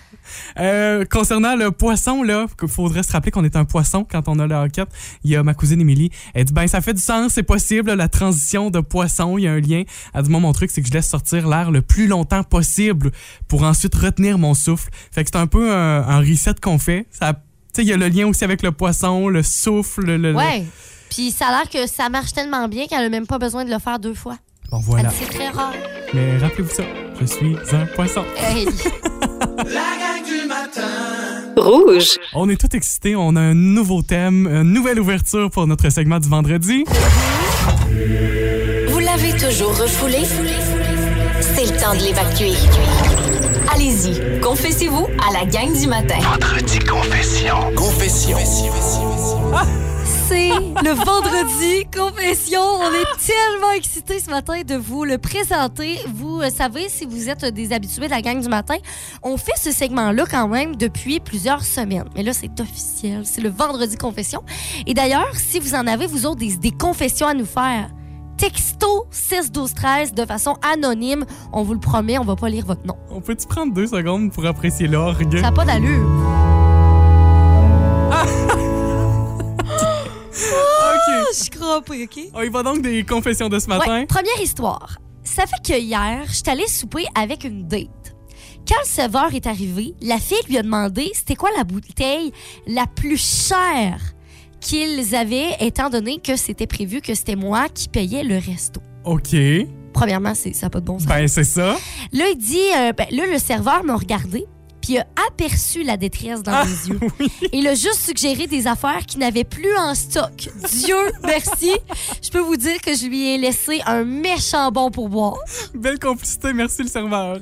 Speaker 3: Euh, concernant le poisson, là, il faudrait se rappeler qu'on est un poisson quand on a le hockey. Il y a ma cousine Émilie, elle dit ben ça fait du sens, c'est possible, la transition de poisson, il y a un lien. Elle dit moi, mon truc, c'est que je laisse sortir l'air le plus longtemps possible pour ensuite retenir mon souffle. Fait que c'est un peu un, un reset qu'on fait. Ça, tu sais, il y a le lien aussi avec le poisson, le souffle. Le, le-
Speaker 2: oui. Ouais. Puis ça a l'air que ça marche tellement bien qu'elle a même pas besoin de le faire deux fois.
Speaker 3: Bon, voilà.
Speaker 2: Elle dit, C'est très rare.
Speaker 3: Mais rappelez-vous ça, je suis un poisson.
Speaker 2: Hey.
Speaker 4: La gang du matin.
Speaker 3: Rouge. On est tout excités, on a un nouveau thème, une nouvelle ouverture pour notre segment du vendredi.
Speaker 5: Vous l'avez toujours refoulé? C'est le temps de l'évacuer. Allez-y, confessez-vous à la gang du matin.
Speaker 17: Vendredi confession. Confession.
Speaker 2: c'est le vendredi confession. On est tellement excités ce matin de vous le présenter. Vous euh, savez, si vous êtes euh, des habitués de la gang du matin, on fait ce segment-là quand même depuis plusieurs semaines. Mais là, c'est officiel. C'est le vendredi confession. Et d'ailleurs, si vous en avez, vous autres, des, des confessions à nous faire, texto 6 12 13 de façon anonyme. On vous le promet, on va pas lire votre nom.
Speaker 3: On peut-tu prendre deux secondes pour apprécier l'orgue?
Speaker 2: Ça n'a pas d'allure. Ah, Je suis crampée, OK?
Speaker 3: On y Oh, va donc des confessions de ce matin.
Speaker 2: Ouais, première histoire. Ça fait que hier, je suis allée souper avec une date. Quand le serveur est arrivé, la fille lui a demandé c'était quoi la bouteille la plus chère qu'ils avaient, étant donné que c'était prévu que c'était moi qui payais le resto.
Speaker 3: OK.
Speaker 2: Premièrement, c'est- ça n'a pas de bon sens.
Speaker 3: Ben, c'est ça.
Speaker 2: Là, il dit, euh, ben, là, le serveur m'a regardé, puis il a aperçu la détresse dans mes yeux. Et il a juste suggéré des affaires qu'il n'avait plus en stock. Dieu merci. Je peux vous dire que je lui ai laissé un méchant bon pourboire.
Speaker 3: Belle complicité, merci le serveur.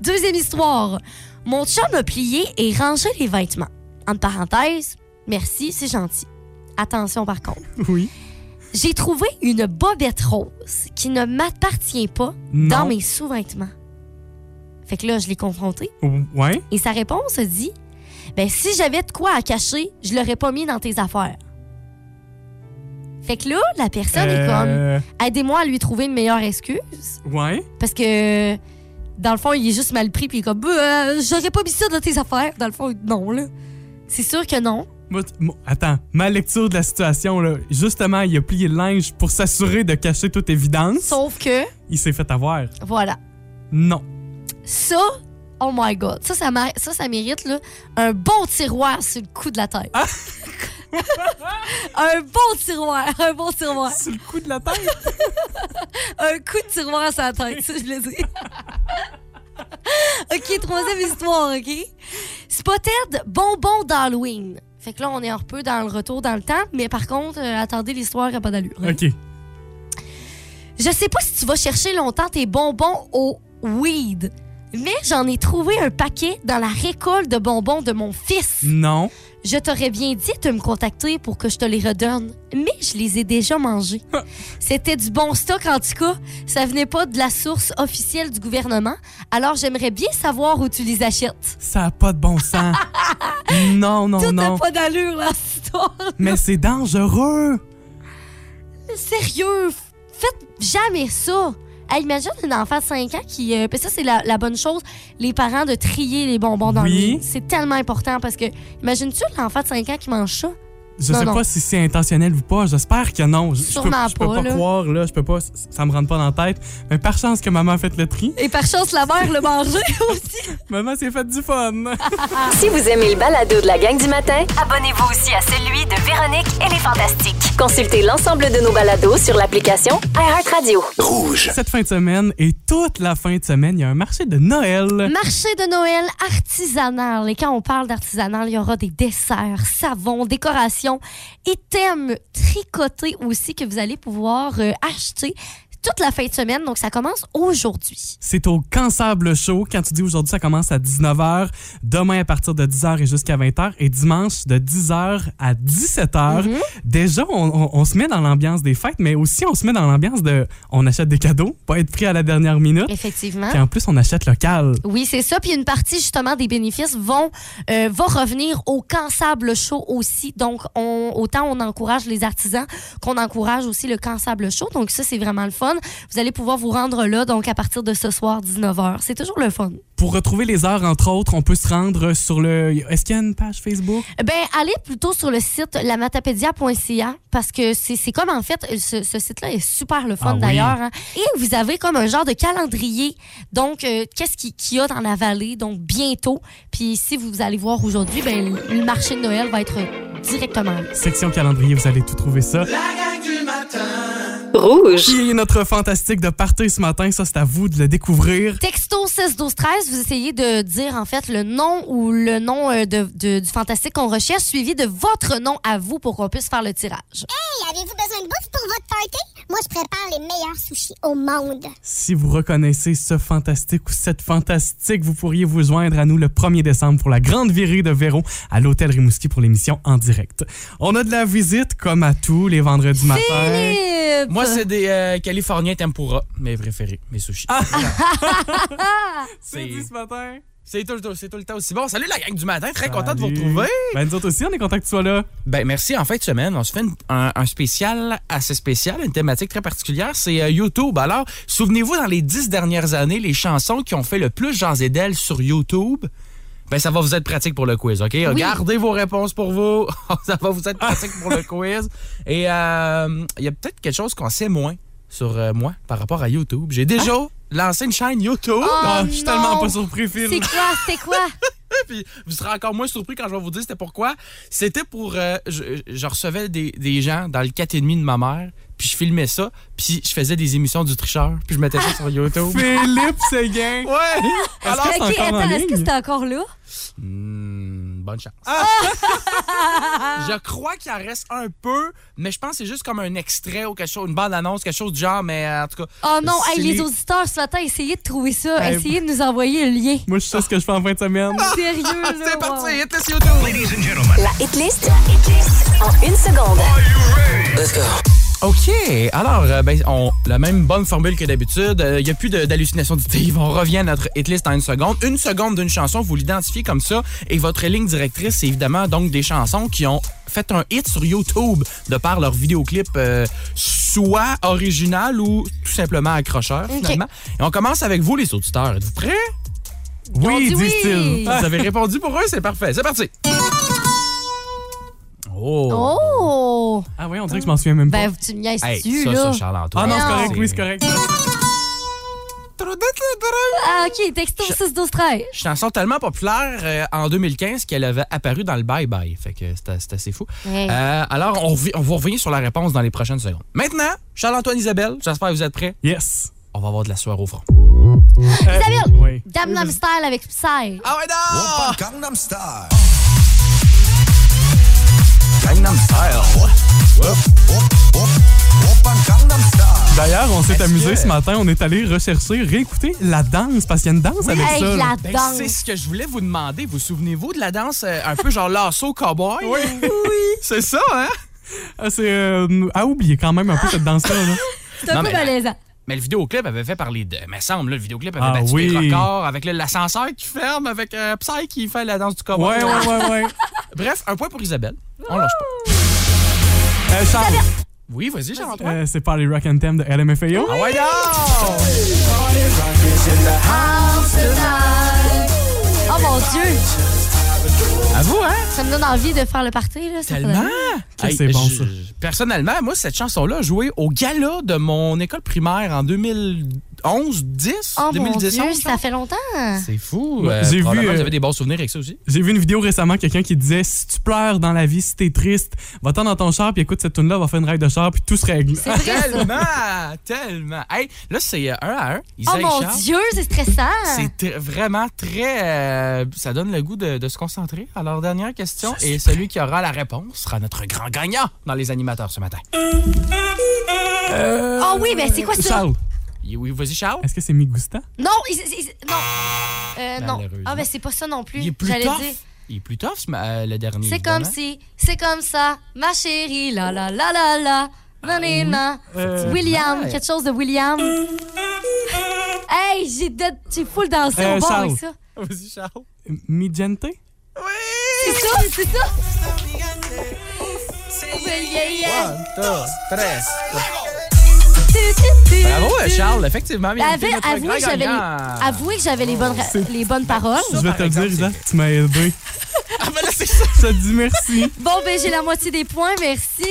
Speaker 2: Deuxième histoire. Mon chum a plié et rangé les vêtements. Entre parenthèses, merci, c'est gentil. Attention par contre.
Speaker 3: Oui.
Speaker 2: J'ai trouvé une bobette rose qui ne m'appartient pas
Speaker 3: Non.
Speaker 2: dans mes sous-vêtements. Fait que là, je l'ai confronté.
Speaker 3: Ouais.
Speaker 2: Et sa réponse a dit Ben, si j'avais de quoi à cacher, je l'aurais pas mis dans tes affaires. Fait que là, la personne
Speaker 3: Euh.
Speaker 2: est comme Aidez-moi à lui trouver une meilleure excuse.
Speaker 3: Ouais.
Speaker 2: Parce que, dans le fond, il est juste mal pris, puis il est comme Bah, euh, J'aurais pas mis ça dans tes affaires. Dans le fond, non, là. C'est sûr que non.
Speaker 3: Moi, t- moi, attends, ma lecture de la situation, là, justement, il a plié le linge pour s'assurer de cacher toute évidence.
Speaker 2: Sauf que,
Speaker 3: Il s'est fait avoir.
Speaker 2: voilà.
Speaker 3: Non.
Speaker 2: Ça, oh my God. Ça, ça, mé- ça, ça mérite là, un bon tiroir sur le coup de la tête. un bon tiroir, un bon tiroir.
Speaker 3: Sur le coup de la tête?
Speaker 2: un coup de tiroir sur la tête, ça, je le dis. OK, troisième histoire, OK? Spotted bonbon d'Halloween. Fait que là, on est un peu dans le retour dans le temps, mais par contre, euh, attendez, l'histoire n'a pas d'allure. hein?
Speaker 3: OK.
Speaker 2: Je sais pas si tu vas chercher longtemps tes bonbons au weed, mais j'en ai trouvé un paquet dans la récolte de bonbons de mon fils.
Speaker 3: Non.
Speaker 2: Je t'aurais bien dit de me contacter pour que je te les redonne, mais je les ai déjà mangés.
Speaker 3: Ah.
Speaker 2: C'était du bon stock en tout cas, ça venait pas de la source officielle du gouvernement, alors j'aimerais bien savoir où tu les achètes.
Speaker 3: Ça a pas de bon sens. non, non,
Speaker 2: Tout n'a
Speaker 3: Oh non.
Speaker 2: pas d'allure dans cette histoire.
Speaker 3: Mais c'est dangereux.
Speaker 2: Sérieux, f- faites jamais ça. Hey, imagine un enfant de 5 ans qui... euh, puis ça, c'est la, la bonne chose, les parents, de trier les bonbons dans le
Speaker 3: Oui.
Speaker 2: lit. C'est tellement important parce que... Imagine-tu l'enfant de 5 ans qui mange ça?
Speaker 3: Je
Speaker 2: Non,
Speaker 3: sais
Speaker 2: non.
Speaker 3: pas si c'est intentionnel ou pas. J'espère que non. Je, je peux,
Speaker 2: Sûrement
Speaker 3: je peux
Speaker 2: pas,
Speaker 3: pas
Speaker 2: là.
Speaker 3: croire, là. Je peux pas. Ça me rentre pas dans la tête. Mais par chance que maman a fait le tri.
Speaker 2: Et par chance, la mère le mangeait aussi.
Speaker 3: Maman s'est faite du fun.
Speaker 5: Si vous aimez le balado de la gang du matin,
Speaker 6: Abonnez-vous aussi à celui de Véronique et les Fantastiques.
Speaker 5: consultez l'ensemble de nos balados sur l'application iHeartRadio.
Speaker 3: Cette fin de semaine et toute la fin de semaine, il y a un marché de Noël.
Speaker 2: Marché de Noël artisanal. Et quand on parle d'artisanal, il y aura des desserts, savons, décorations, items tricotés aussi que vous allez pouvoir euh, acheter toute la fin de semaine. Donc, ça commence aujourd'hui.
Speaker 3: C'est au Cansable Show. Quand tu dis aujourd'hui, ça commence à 19h. Demain, à partir de 10h et jusqu'à 20h. Et dimanche, de 10h à 17h. Déjà, on, on- on se met dans l'ambiance des fêtes, mais aussi on se met dans l'ambiance de on achète des cadeaux, pas être pris à la dernière minute.
Speaker 2: Effectivement.
Speaker 3: Puis en plus, on achète local.
Speaker 2: Oui, c'est ça. Puis une partie justement des bénéfices vont, euh, va revenir au cansable chaud aussi. Donc, on, autant on encourage les artisans qu'on encourage aussi le cansable chaud. Donc, ça, c'est vraiment le fun. Vous allez pouvoir vous rendre là, donc à partir de ce soir, 19h. C'est toujours le fun.
Speaker 3: Pour retrouver les heures, entre autres, on peut se rendre sur le. Est-ce qu'il y a une page Facebook?
Speaker 2: Ben, allez plutôt sur le site lamatapédia.ca parce que c'est c'est comme en fait, ce, ce site-là est super le
Speaker 18: Ah
Speaker 2: fun
Speaker 18: oui.
Speaker 2: d'ailleurs. hein. Et vous avez comme un genre de calendrier. Donc, euh, qu'est-ce qui- qu'il y a dans la vallée? Donc, bientôt. Puis, si vous allez voir aujourd'hui, ben, le marché de Noël va être directement là.
Speaker 3: Section calendrier, vous allez tout trouver ça.
Speaker 4: La gang du matin.
Speaker 3: Rouge! Qui est notre fantastique de partir ce matin? Ça, c'est à vous de le découvrir.
Speaker 2: Texto 16 12 13, vous essayez de dire en fait le nom ou le nom euh, de- de- du fantastique qu'on recherche suivi de votre nom à vous pour qu'on puisse faire le tirage.
Speaker 16: Hey, avez-vous besoin de bouffe pour votre party?
Speaker 19: party? Moi, je prépare les meilleurs sushis au monde.
Speaker 3: Si vous reconnaissez ce fantastique ou cette fantastique, vous pourriez vous joindre à nous le 1er décembre pour la grande virée de Véro à l'hôtel Rimouski pour l'émission en direct. On a de la visite comme à tous les vendredis matins.
Speaker 2: Philippe!
Speaker 12: Moi, c'est des euh, Californiens tempura, mes préférés, mes sushis.
Speaker 3: C'est dit ce matin.
Speaker 12: C'est tout, c'est tout le temps aussi bon. Salut la gang du matin, très content de vous retrouver.
Speaker 3: Ben, nous autres aussi, on est contents que tu sois là.
Speaker 12: Ben, merci. En fin de semaine, on se fait une- un, un spécial assez spécial, une thématique très particulière, c'est euh, YouTube. Alors, souvenez-vous, dans les dix dernières années, les chansons qui ont fait le plus jaser d'elles sur YouTube, ben, ça va vous être pratique pour le quiz, OK? Regardez vos réponses pour vous. ça va vous être pratique pour le quiz. Et euh, il y a peut-être quelque chose qu'on sait moins sur euh, moi par rapport à YouTube. J'ai déjà lancé une chaîne YouTube.
Speaker 2: Ah!
Speaker 12: Ah,
Speaker 2: Oh,
Speaker 12: je suis tellement
Speaker 2: non.
Speaker 12: pas surpris, Phil.
Speaker 2: C'est quoi? C'est quoi?
Speaker 12: Puis vous serez encore moins surpris quand je vais vous dire c'était pourquoi. C'était pour. euh, je, je recevais des, des gens dans le 4,5 de ma mère, puis je filmais ça, puis je faisais des émissions du tricheur, puis je mettais ça sur YouTube.
Speaker 3: Philippe Séguin.
Speaker 12: Ouais. Alors,
Speaker 2: Ok,
Speaker 12: c'est encore en
Speaker 2: attends, est-ce que
Speaker 12: ligne?
Speaker 2: c'est encore là?
Speaker 12: Hmm, bonne chance. Je crois qu'il en reste un peu, mais je pense que c'est juste comme un extrait ou quelque chose, une bande-annonce, quelque chose du genre, mais euh, en tout cas.
Speaker 2: Oh non, hey,
Speaker 12: c'est-
Speaker 2: les auditeurs ce matin, essayez de trouver ça.
Speaker 12: Ben,
Speaker 2: essayez de nous envoyer le lien.
Speaker 3: Moi, je sais ce que je fais en fin de semaine.
Speaker 2: Sérieux, là,
Speaker 12: Ah, C'est parti,
Speaker 2: wow.
Speaker 12: hit le CO2.
Speaker 5: La hit list en une seconde.
Speaker 12: Let's go. OK. Alors, euh, ben, on, la même bonne formule que d'habitude. Il n'y a plus de- d'hallucination auditive. On revient à notre hitlist en une seconde. Une seconde d'une chanson, vous l'identifiez comme ça. Et votre ligne directrice, c'est évidemment donc des chansons qui ont fait un hit sur YouTube de par leur vidéoclip euh, soit original ou tout simplement accrocheur, finalement. Et on commence avec vous, les auditeurs. Êtes-vous prêts?
Speaker 3: Oui, dit disent-ils.
Speaker 12: Vous avez répondu pour eux, c'est parfait. C'est parti. Oh!
Speaker 2: Oh!
Speaker 3: Ah oui, on dirait que je m'en souviens même pas.
Speaker 2: Ben, tu me niaises
Speaker 12: Hey,
Speaker 2: tu
Speaker 12: ça,
Speaker 2: là?
Speaker 12: ça, Charles-Antoine.
Speaker 3: Ah non, c'est correct,
Speaker 12: C'est-
Speaker 3: oui, c'est correct.
Speaker 2: Ah, OK, texto 6 12 13
Speaker 12: Chanson tellement populaire euh, en 2015 qu'elle avait apparu dans le Bye Bye. Fait que c'est c'est assez fou.
Speaker 2: Hey.
Speaker 12: Euh, alors, on, revi- on va revenir sur la réponse dans les prochaines secondes. Maintenant, Charles-Antoine Isabelle, j'espère que vous êtes prêts.
Speaker 3: Yes.
Speaker 12: On va avoir de la soirée au front.
Speaker 2: Isabelle!
Speaker 3: Oui.
Speaker 2: Gangnam Style avec Psy.
Speaker 12: Ah ouais, non!
Speaker 20: Gangnam Style.
Speaker 12: Gangnam Style.
Speaker 3: D'ailleurs, on s'est amusé ce matin, on est allé rechercher, réécouter la danse, parce qu'il y a une danse avec ça. là.
Speaker 12: Ben, C'est ce que je voulais vous demander. Vous souvenez-vous de la danse euh, un peu genre lasso cowboy?
Speaker 3: Oui.
Speaker 12: C'est ça, hein?
Speaker 3: Ah, c'est euh, à oublier quand même un peu cette danse-là. là.
Speaker 2: C'est un
Speaker 12: Non,
Speaker 2: peu
Speaker 12: mais-
Speaker 2: malaisant.
Speaker 12: Mais le vidéoclip avait fait parler de. Mais semble, là, le vidéoclip avait
Speaker 3: Ah
Speaker 12: battu des
Speaker 3: oui.
Speaker 12: ben, records avec là, l'ascenseur qui ferme, avec euh, Psy qui fait la danse du cowboy.
Speaker 3: Ouais, ouais, ouais, ouais.
Speaker 12: Bref, un point pour Isabelle. On lâche pas.
Speaker 3: Euh, Charles,
Speaker 12: Oui, vas-y, Jean-Antoine.
Speaker 3: euh, c'est pas les Rock and Theme de LMFAO.
Speaker 12: Ah ouais, non!
Speaker 2: Oh mon Dieu!
Speaker 12: Ah. À vous, hein?
Speaker 2: Ça me donne envie de faire le party, là. ça
Speaker 12: Tellement!
Speaker 2: fait-
Speaker 3: Que c'est bon,
Speaker 12: je-
Speaker 3: ça.
Speaker 12: Personnellement, moi, cette chanson-là, jouée au gala de mon école primaire en 2011, 10,
Speaker 2: Oh mon
Speaker 12: 2010,
Speaker 2: Dieu, ça fait longtemps.
Speaker 12: C'est fou.
Speaker 3: Ouais,
Speaker 12: Euh,
Speaker 3: j'ai vu,
Speaker 12: probablement,
Speaker 3: euh,
Speaker 12: Vous avez des bons souvenirs avec ça aussi.
Speaker 3: J'ai vu une vidéo récemment, quelqu'un qui disait si tu pleures dans la vie, si t'es triste, va-t'en dans ton char, puis écoute cette tune là va faire une ride de char, puis tout se règle.
Speaker 12: Tellement! tellement! Hey, là, c'est euh, un à un. Isa
Speaker 2: Oh
Speaker 12: et
Speaker 2: mon
Speaker 12: Charles.
Speaker 2: Dieu, c'est stressant.
Speaker 12: C'est tr- vraiment très. euh, ça donne le goût de, de se concentrer. Alors, dernière question. Et celui qui aura la réponse sera notre grand gagnant dans les animateurs ce matin.
Speaker 2: Oh oui, mais c'est quoi
Speaker 12: Euh,
Speaker 2: ça?
Speaker 3: Charles,
Speaker 12: Y- Oui, vas-y, Charles.
Speaker 3: est-ce que c'est Migusta?
Speaker 2: Non, il- il- il- non. Euh, non.
Speaker 12: Malheureusement.
Speaker 2: Ah, ben c'est pas ça non plus.
Speaker 12: Il est plus
Speaker 2: J'allais
Speaker 12: tough.
Speaker 2: dire.
Speaker 12: Il est plus tough, ce ma- euh, le dernier.
Speaker 2: C'est comme
Speaker 12: évidemment.
Speaker 2: si, c'est comme ça, ma chérie, la la la la la.
Speaker 12: Ah
Speaker 2: Non, non, non.
Speaker 12: Euh,
Speaker 2: William,
Speaker 12: ouais.
Speaker 2: quelque chose de William. Hey, j'ai de... j'ai full dansé
Speaker 3: Euh,
Speaker 2: au bar avec
Speaker 3: Charles.
Speaker 2: ça.
Speaker 12: hein? Vas-y, Charles.
Speaker 3: Euh, Migente?
Speaker 2: C'est ça, c'est ça. Yeah, yeah.
Speaker 12: One, two, tres.
Speaker 2: Tu, tu, tu,
Speaker 12: Bravo, euh,
Speaker 2: tu.
Speaker 12: Charles. Effectivement, il a été
Speaker 2: Avouez,
Speaker 12: notre
Speaker 2: avouez
Speaker 12: grand
Speaker 2: que j'avais
Speaker 12: gagnant.
Speaker 2: les, avouez que j'avais les bonnes, ra- les bonnes paroles.
Speaker 3: Je vais te le dire,
Speaker 12: exemple,
Speaker 3: Isa, tu m'as aidé.
Speaker 12: Ah, ben là, c'est ça.
Speaker 3: Je te dis merci.
Speaker 2: Bon, ben j'ai la moitié des points, merci.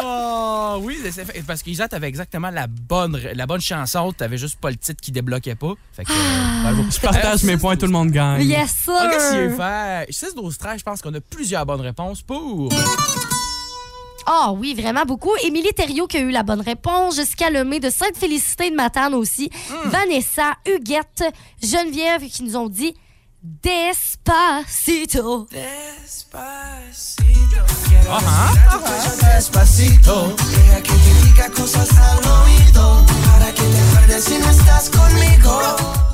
Speaker 12: Oh, oui, c'est- c'est- parce qu'Isa, t'avais exactement la bonne, la bonne chanson. T'avais juste pas le titre qui débloquait pas. Fait que, euh, bravo.
Speaker 3: Je partage mes points, tout le monde gagne.
Speaker 2: Yes, sir.
Speaker 12: On va essayer de faire 6, 12, 13, je pense qu'on a plusieurs bonnes réponses pour.
Speaker 2: Ah oui, vraiment beaucoup. Émilie Thériault qui a eu la bonne réponse. Jessica Lemay de Sainte-Félicité de Matane aussi.
Speaker 20: Hmm.
Speaker 2: Vanessa, Huguette, Geneviève qui nous ont dit Despacito.
Speaker 12: Ah, hein?
Speaker 21: Despacito, deja que te diga
Speaker 4: explica cosas al oído para que te acuerdes si no estás conmigo.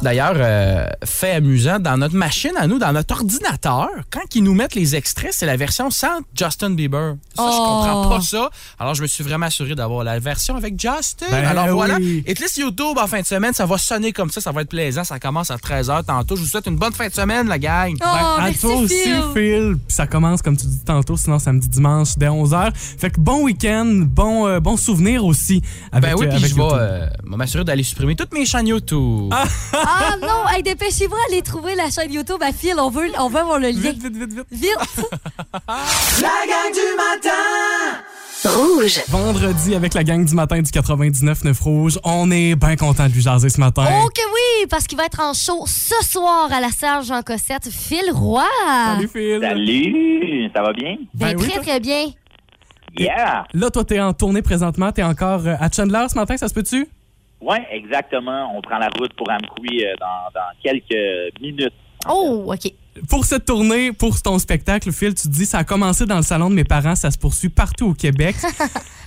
Speaker 20: D'ailleurs, euh, fait amusant, dans notre machine à nous, dans notre ordinateur, quand ils nous mettent les extraits, c'est la version sans Justin Bieber. Ça, je
Speaker 22: Oh.
Speaker 20: comprends pas ça. Alors, je me suis vraiment assuré d'avoir la version avec Justin.
Speaker 22: Ben
Speaker 20: Alors,
Speaker 22: oui.
Speaker 20: voilà. Et liste YouTube en fin de semaine, ça va sonner comme ça, ça va être plaisant. Ça commence à 13h tantôt. Je vous souhaite une bonne fin de semaine, la gang.
Speaker 2: Oh,
Speaker 3: Ben, à toi aussi, Phil. Puis ça commence, comme tu dis tantôt, sinon samedi, dimanche, dès 11h. Fait que bon week-end, bon, euh, bon souvenir aussi. Avec,
Speaker 20: ben oui,
Speaker 3: euh,
Speaker 20: puis
Speaker 3: avec
Speaker 20: je vais
Speaker 3: YouTube.
Speaker 20: euh, m'assurer d'aller supprimer toutes mes chaînes YouTube.
Speaker 2: Ah non, hey, dépêchez-vous, allez trouver la chaîne YouTube à Phil. On veut, on veut avoir le lien. Vite,
Speaker 3: vite, vite, vite.
Speaker 2: Vite.
Speaker 4: La gang du matin.
Speaker 3: Rouge. Vendredi avec la gang du matin du 99-9 Rouge. On est bien content de lui jaser ce matin.
Speaker 2: Oh que oui, parce qu'il va être en show ce soir à la salle Jean Cossette. Phil Roy.
Speaker 23: Salut, ça va bien?
Speaker 2: Ben, très, très bien.
Speaker 23: Yeah!
Speaker 3: Là, toi, t'es en tournée présentement. T'es encore euh, à Chandler ce matin, ça se peut-tu?
Speaker 23: Ouais, exactement. On prend la route pour Amkoui euh, dans, dans quelques minutes.
Speaker 2: Oh, OK.
Speaker 3: Pour cette tournée, pour ton spectacle, Phil, tu te dis, ça a commencé dans le salon de mes parents, ça se poursuit partout au Québec.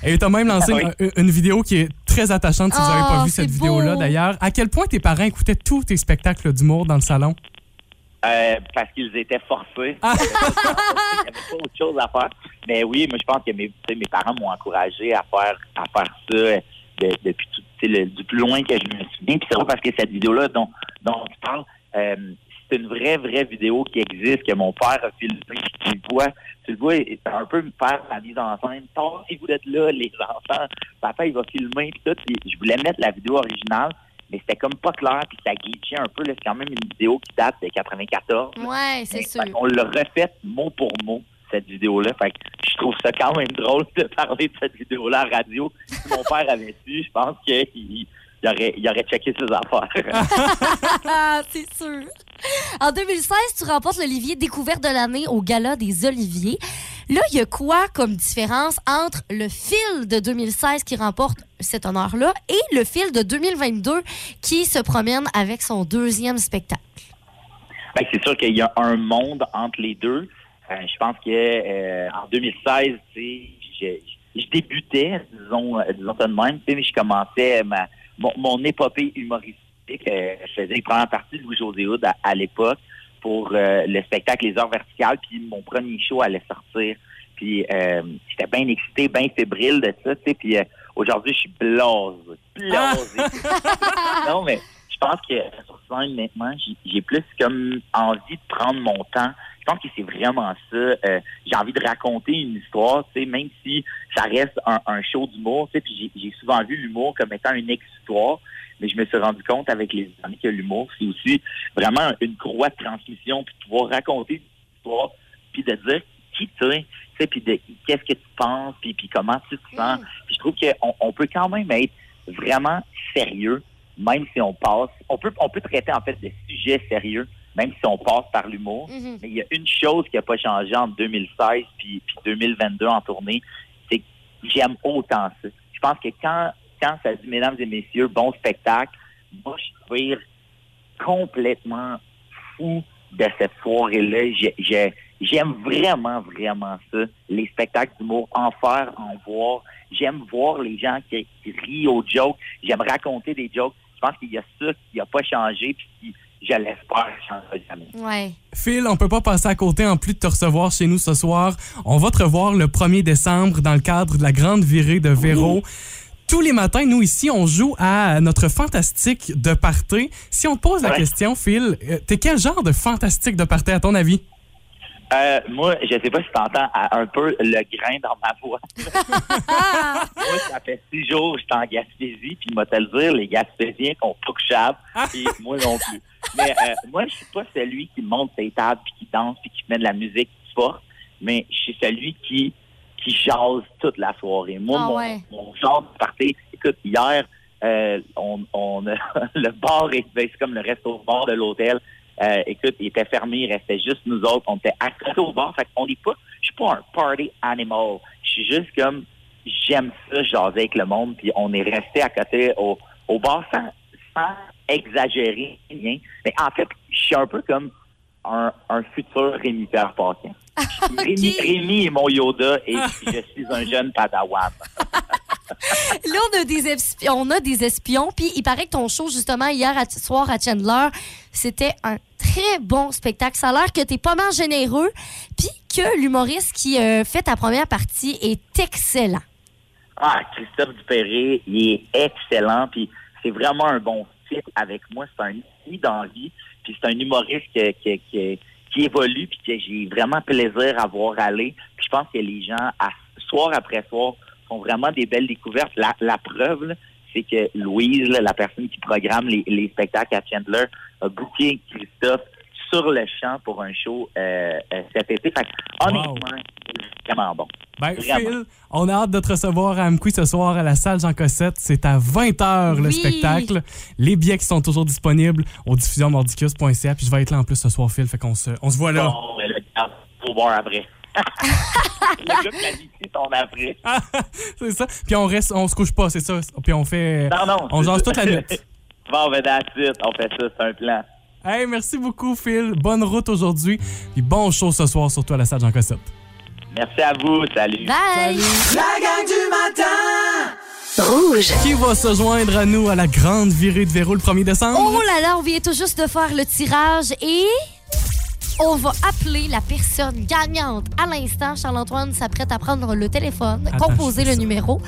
Speaker 3: Et t'as même lancé
Speaker 23: Ah oui.
Speaker 3: une, une vidéo qui est très attachante, si vous n'avez pas
Speaker 23: Oh,
Speaker 3: vu
Speaker 23: c'est
Speaker 3: cette vidéo-là
Speaker 23: beau.
Speaker 3: d'ailleurs. À quel point tes parents écoutaient tous tes spectacles d'humour dans le salon?
Speaker 23: Euh, parce qu'ils étaient forcés. Il n'y avait pas autre chose à faire. Mais oui, moi, je pense que mes, tu sais, mes parents m'ont encouragé à faire, à faire ça euh, de- depuis tout- tu sais, le- du plus loin que je me souviens. Puis c'est vrai parce que cette vidéo-là dont, dont tu parles, euh, c'est une vraie, vraie vidéo qui existe, que mon père a filmé. Tu le vois, tu le vois il- un peu me faire la mise en scène. si vous êtes là, les enfants. Papa, il va filmer. Puis tout. Puis je voulais mettre la vidéo originale, mais c'était comme pas clair. Puis ça glitchait un peu. là. C'est quand même une vidéo qui date de 94.
Speaker 2: Ouais, c'est sûr.
Speaker 23: On l'a refait mot pour mot, cette vidéo-là. Fait que je trouve ça quand même drôle de parler de cette vidéo-là à la radio. Si mon père avait su, je pense qu'il il aurait, il aurait checké ses
Speaker 2: Ah.
Speaker 23: affaires.
Speaker 2: c'est sûr. En 2016, tu remportes l'Olivier découverte de l'année au Gala des Oliviers. Là, il y a quoi comme différence entre le fil de 2016 qui remporte cet honneur-là et le fil de 2022 qui se promène avec son deuxième spectacle?
Speaker 23: Ben, c'est sûr qu'il y a un monde entre les deux. Euh, je pense que euh, en 2016, tu sais, je, je débutais, disons, euh, disons ça de même, tu sais, mais je commençais ma, mon, mon épopée humoristique. Euh, je faisais une première partie de Louis-José Hood à, à l'époque pour euh, le spectacle Les Heures Verticales, puis mon premier show allait sortir. Puis euh, j'étais bien excité, bien fébrile de ça, tu sais, puis euh, aujourd'hui, je suis blasé, blasé. non, mais je pense que sur scène, maintenant, j'ai- j'ai plus comme envie de prendre mon temps. Je pense que c'est vraiment ça. Euh, j'ai envie de raconter une histoire, tu sais, même si ça reste un, un show d'humour, tu sais, puis j'ai j'ai souvent vu l'humour comme étant une ex-histoire, mais je me suis rendu compte avec les années que l'humour, c'est aussi vraiment une croix de transmission, puis de pouvoir raconter une histoire, puis de dire qui tu es, tu sais, puis de qu'est-ce que tu penses, puis, puis comment tu te sens. Puis je trouve qu'on on peut quand même être vraiment sérieux, même si on passe. On peut, on peut traiter en fait de sujets sérieux, même si on passe par l'humour.
Speaker 2: Mm.
Speaker 22: Mhm.
Speaker 23: Mais il y a une chose qui n'a pas changé entre 2016 puis, puis 2022 en tournée, c'est que j'aime autant ça. Je pense que quand, quand ça dit, mesdames et messieurs, bon spectacle, moi, je suis complètement fou de cette soirée-là. J'ai- j'ai- J'aime vraiment, vraiment ça. Les spectacles d'humour, en faire, en voir. J'aime voir les gens qui, qui rient aux jokes. J'aime raconter des jokes. Je pense qu'il y a ça qui n'a pas changé, puis qui, je l'espère, ne changera jamais.
Speaker 2: Ouais.
Speaker 3: Phil, on peut pas passer à côté en plus de te recevoir chez nous ce soir. On va te revoir le 1er décembre dans le cadre de la grande virée de Véro. Tous les matins, nous ici, on joue à notre fantastique de party. Si on te pose la question, Phil, euh, t'es quel genre de fantastique de party à ton avis?
Speaker 23: Euh, moi, je sais pas si tu entends un peu le grain dans ma voix.
Speaker 2: Ah!
Speaker 22: Ah!
Speaker 23: moi, ça fait six jours que je suis en Gaspésie, puis moi, te le dire, les Gaspésiens sont pas couchables,
Speaker 22: Ah!
Speaker 23: puis moi non plus. Mais euh, moi, je suis pas celui qui monte ses tables, puis qui danse, puis qui met de la musique forte, mais je suis celui qui qui jase toute la soirée. Moi,
Speaker 22: Ah
Speaker 23: mon,
Speaker 22: ouais.
Speaker 23: mon genre de party, écoute, hier, euh, on, on a- le bar, est- ben, c'est comme le resto-bar de l'hôtel, euh, écoute, il était fermé, il restait juste nous autres. On était à côté au bar. Fait qu'on n'est pas, je suis pas un party animal. Je suis juste comme, j'aime ça, jaser avec le monde. Puis on est resté à côté au, au bar sans, sans exagérer rien. Mais en fait, je suis un peu comme un, un futur Rémi Pierre Paquin. Rémi, Rémi est mon Yoda et je suis un jeune padawan.
Speaker 2: Là, on a des, espi- on a des espions. Puis il paraît que ton show, justement, hier à- soir à Chandler, c'était un très bon spectacle. Ça a l'air que t'es pas mal généreux. Puis que l'humoriste qui euh, fait ta première partie est excellent.
Speaker 23: Ah, Christophe Dupéré, il est excellent, puis c'est vraiment un bon fit avec moi. C'est un ami d'envie, puis c'est un humoriste que- que- que- qui évolue, puis que j'ai vraiment plaisir à voir aller. Puis je pense que les gens, à- soir après soir, font vraiment des belles découvertes. La, la preuve, là, c'est que Louise, là, la personne qui programme les, les spectacles à Chandler, a booké Christophe sur le champ pour un show euh, euh, cet été. Fait que, honnêtement, c'est vraiment bon.
Speaker 3: Ben,
Speaker 23: Vraiment.
Speaker 3: Phil, on a hâte de te recevoir à Amqui ce soir à la salle Jean Cossette. C'est à 20h le
Speaker 23: Oui.
Speaker 3: spectacle. Les billets qui sont toujours disponibles au diffusionnordicus.ca. Puis je vais être là en plus ce soir, Phil. Fait qu'on se, on se voit là.
Speaker 23: Bon, ben là, regarde, faut boire après. le gars planifie ton après.
Speaker 3: C'est ça. Puis on reste, on se couche pas, c'est ça. Puis on fait.
Speaker 23: Non, non.
Speaker 3: On
Speaker 23: c'est
Speaker 3: jase
Speaker 23: ça.
Speaker 3: toute la nuit.
Speaker 23: bon, ben, that's it. On fait ça, c'est un plan.
Speaker 3: Hey, merci beaucoup, Phil. Bonne route aujourd'hui. Puis bon show ce soir, surtout à la salle Jean Cossette.
Speaker 23: Merci à vous. Salut.
Speaker 2: Bye!
Speaker 7: La gang du matin!
Speaker 3: Rouge. Qui va se joindre à nous à la grande virée de Véro le 1er décembre?
Speaker 2: Oh là là, on vient tout juste de faire le tirage et on va appeler la personne gagnante. À l'instant, Charles-Antoine s'apprête à prendre le téléphone,
Speaker 18: Attache
Speaker 2: composer le numéro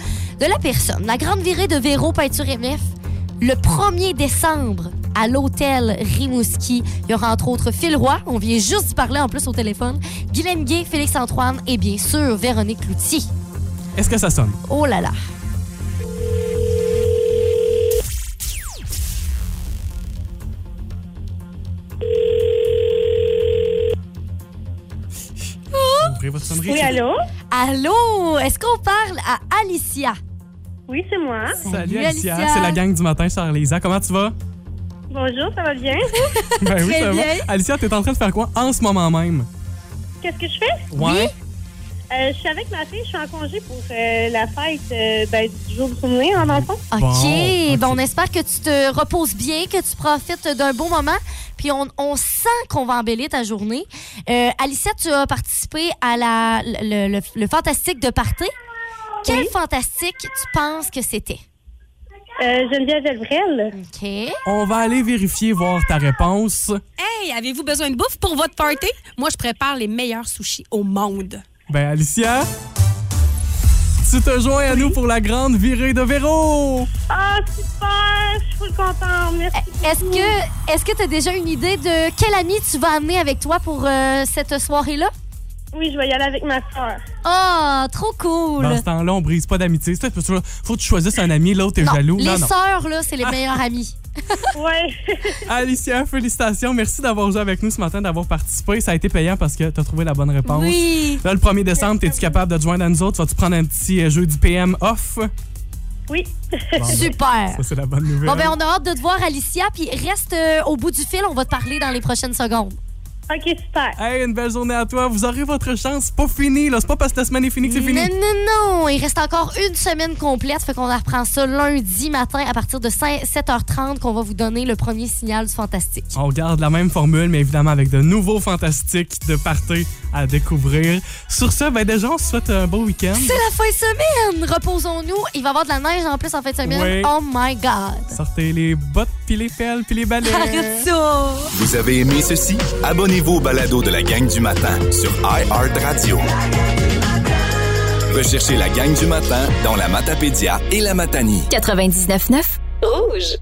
Speaker 2: de la personne. La grande virée de Véro Peinture MF, le 1er décembre, à l'hôtel Rimouski. Il y aura entre autres Phil Roy, on vient juste d'y parler en plus au téléphone, Guylaine Gay, Félix-Antoine et bien sûr Véronique Cloutier.
Speaker 3: Est-ce que ça sonne?
Speaker 2: Oh là là.
Speaker 3: Ouvrez votre sonnerie.
Speaker 22: Oui, allô?
Speaker 2: Allô, est-ce qu'on parle à Alicia?
Speaker 22: Oui, c'est moi.
Speaker 3: Salut, Alicia. C'est la gang du matin, Charles-Lisa. Comment tu vas?
Speaker 22: Bonjour, ça va bien?
Speaker 3: Ben oui,
Speaker 22: Très
Speaker 3: ça va.
Speaker 22: bien.
Speaker 3: Alicia, t'es en train de faire quoi en ce moment même?
Speaker 22: Qu'est-ce que je fais?
Speaker 3: Ouais.
Speaker 22: Euh, je suis avec ma fille, je suis en congé pour euh, la fête euh, ben, du jour du souvenir, en enfant.
Speaker 2: OK.
Speaker 22: Bon,
Speaker 2: Ben, on espère que tu te reposes bien, que tu profites d'un beau moment. Puis on, on sent qu'on va embellir ta journée. Euh, Alicia, tu as participé à la, le, le- le fantastique de Parté. Quel fantastique tu penses que c'était?
Speaker 22: Euh, Geneviève Elvrel.
Speaker 2: OK.
Speaker 3: On va aller vérifier, voir ta réponse.
Speaker 24: Hey, avez-vous besoin de bouffe pour votre party? Moi, je prépare les meilleurs sushis au monde.
Speaker 3: Ben, Alicia, tu te joins à nous pour la grande virée de Véro.
Speaker 22: Ah, super! Je suis full contente. Merci.
Speaker 2: Est-ce que est-ce que tu as déjà une idée de quel ami tu vas amener avec toi pour euh, cette soirée-là?
Speaker 22: Oui, je vais y aller avec ma soeur.
Speaker 2: Ah, trop cool!
Speaker 3: Dans ce temps-là, on brise pas d'amitié. C'est parce que Faut que tu choisisses un ami, l'autre est
Speaker 2: Non,
Speaker 3: jaloux.
Speaker 2: les
Speaker 3: non, non.
Speaker 2: sœurs, là, c'est les meilleures amies.
Speaker 22: ouais.
Speaker 3: Alicia, félicitations. Merci d'avoir joué avec nous ce matin, d'avoir participé. Ça a été payant parce que tu as trouvé la bonne réponse.
Speaker 2: Oui.
Speaker 3: Là, le 1er décembre, es-tu capable de te joindre à nous autres? Vas-tu prendre un petit euh, jeu du PM off?
Speaker 22: Oui.
Speaker 3: Bon, ben,
Speaker 2: Super.
Speaker 3: Ça, c'est la bonne nouvelle.
Speaker 2: Bon, ben, on a hâte de te voir, Alicia. Puis reste euh, au bout du fil, on va te parler dans les prochaines secondes.
Speaker 22: OK, super.
Speaker 3: Hey, une belle journée à toi. Vous aurez votre chance. C'est pas fini, là. C'est pas parce que la semaine est finie que c'est fini.
Speaker 2: Non, non, non. Il reste encore une semaine complète. Fait qu'on reprend ça lundi matin à partir de 5- 7h30 qu'on va vous donner le premier signal du fantastique.
Speaker 3: On garde la même formule, mais évidemment avec de nouveaux fantastiques de party à découvrir. Sur ce, ben déjà, on se souhaite un beau week-end.
Speaker 2: C'est la fin de semaine! Reposons-nous. Il va y avoir de la neige en plus en fin de semaine.
Speaker 3: Oui.
Speaker 2: Oh my God!
Speaker 3: Sortez les bottes, puis les pelles, puis les balais.
Speaker 2: Arrête ça!
Speaker 17: Vous avez aimé ceci? Abonnez-vous au balado de la gang du matin sur iHeartRadio. Recherchez la gang du matin dans la Matapédia et la Matanie.
Speaker 5: 99.9 Rouge.